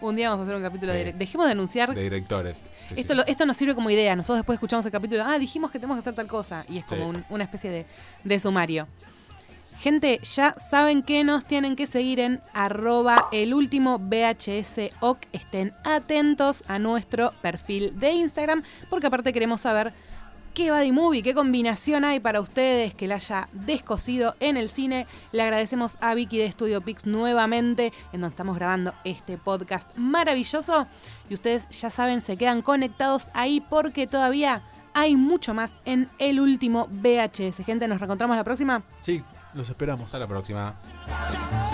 [SPEAKER 1] Un día vamos a hacer un capítulo
[SPEAKER 4] Sí.
[SPEAKER 1] de... Dejemos de anunciar.
[SPEAKER 4] De directores. Sí,
[SPEAKER 1] esto,
[SPEAKER 4] sí.
[SPEAKER 1] lo- esto nos sirve como idea. Nosotros después escuchamos el capítulo. Ah, dijimos que tenemos que hacer tal cosa. Y es como
[SPEAKER 4] Sí.
[SPEAKER 1] un- una especie de, de sumario. Gente, ya saben que nos tienen que seguir en arroba el último VHS OC. Estén atentos a nuestro perfil de Instagram porque aparte queremos saber qué Buddy Movie, qué combinación hay para ustedes que la haya descosido en el cine. Le agradecemos a Vicky de Estudio Pix nuevamente, en donde estamos grabando este podcast maravilloso. Y ustedes ya saben, se quedan conectados ahí porque todavía hay mucho más en el último VHS. Gente, nos reencontramos la próxima.
[SPEAKER 5] sí, los esperamos.
[SPEAKER 4] Hasta la próxima.
[SPEAKER 6] Chavo,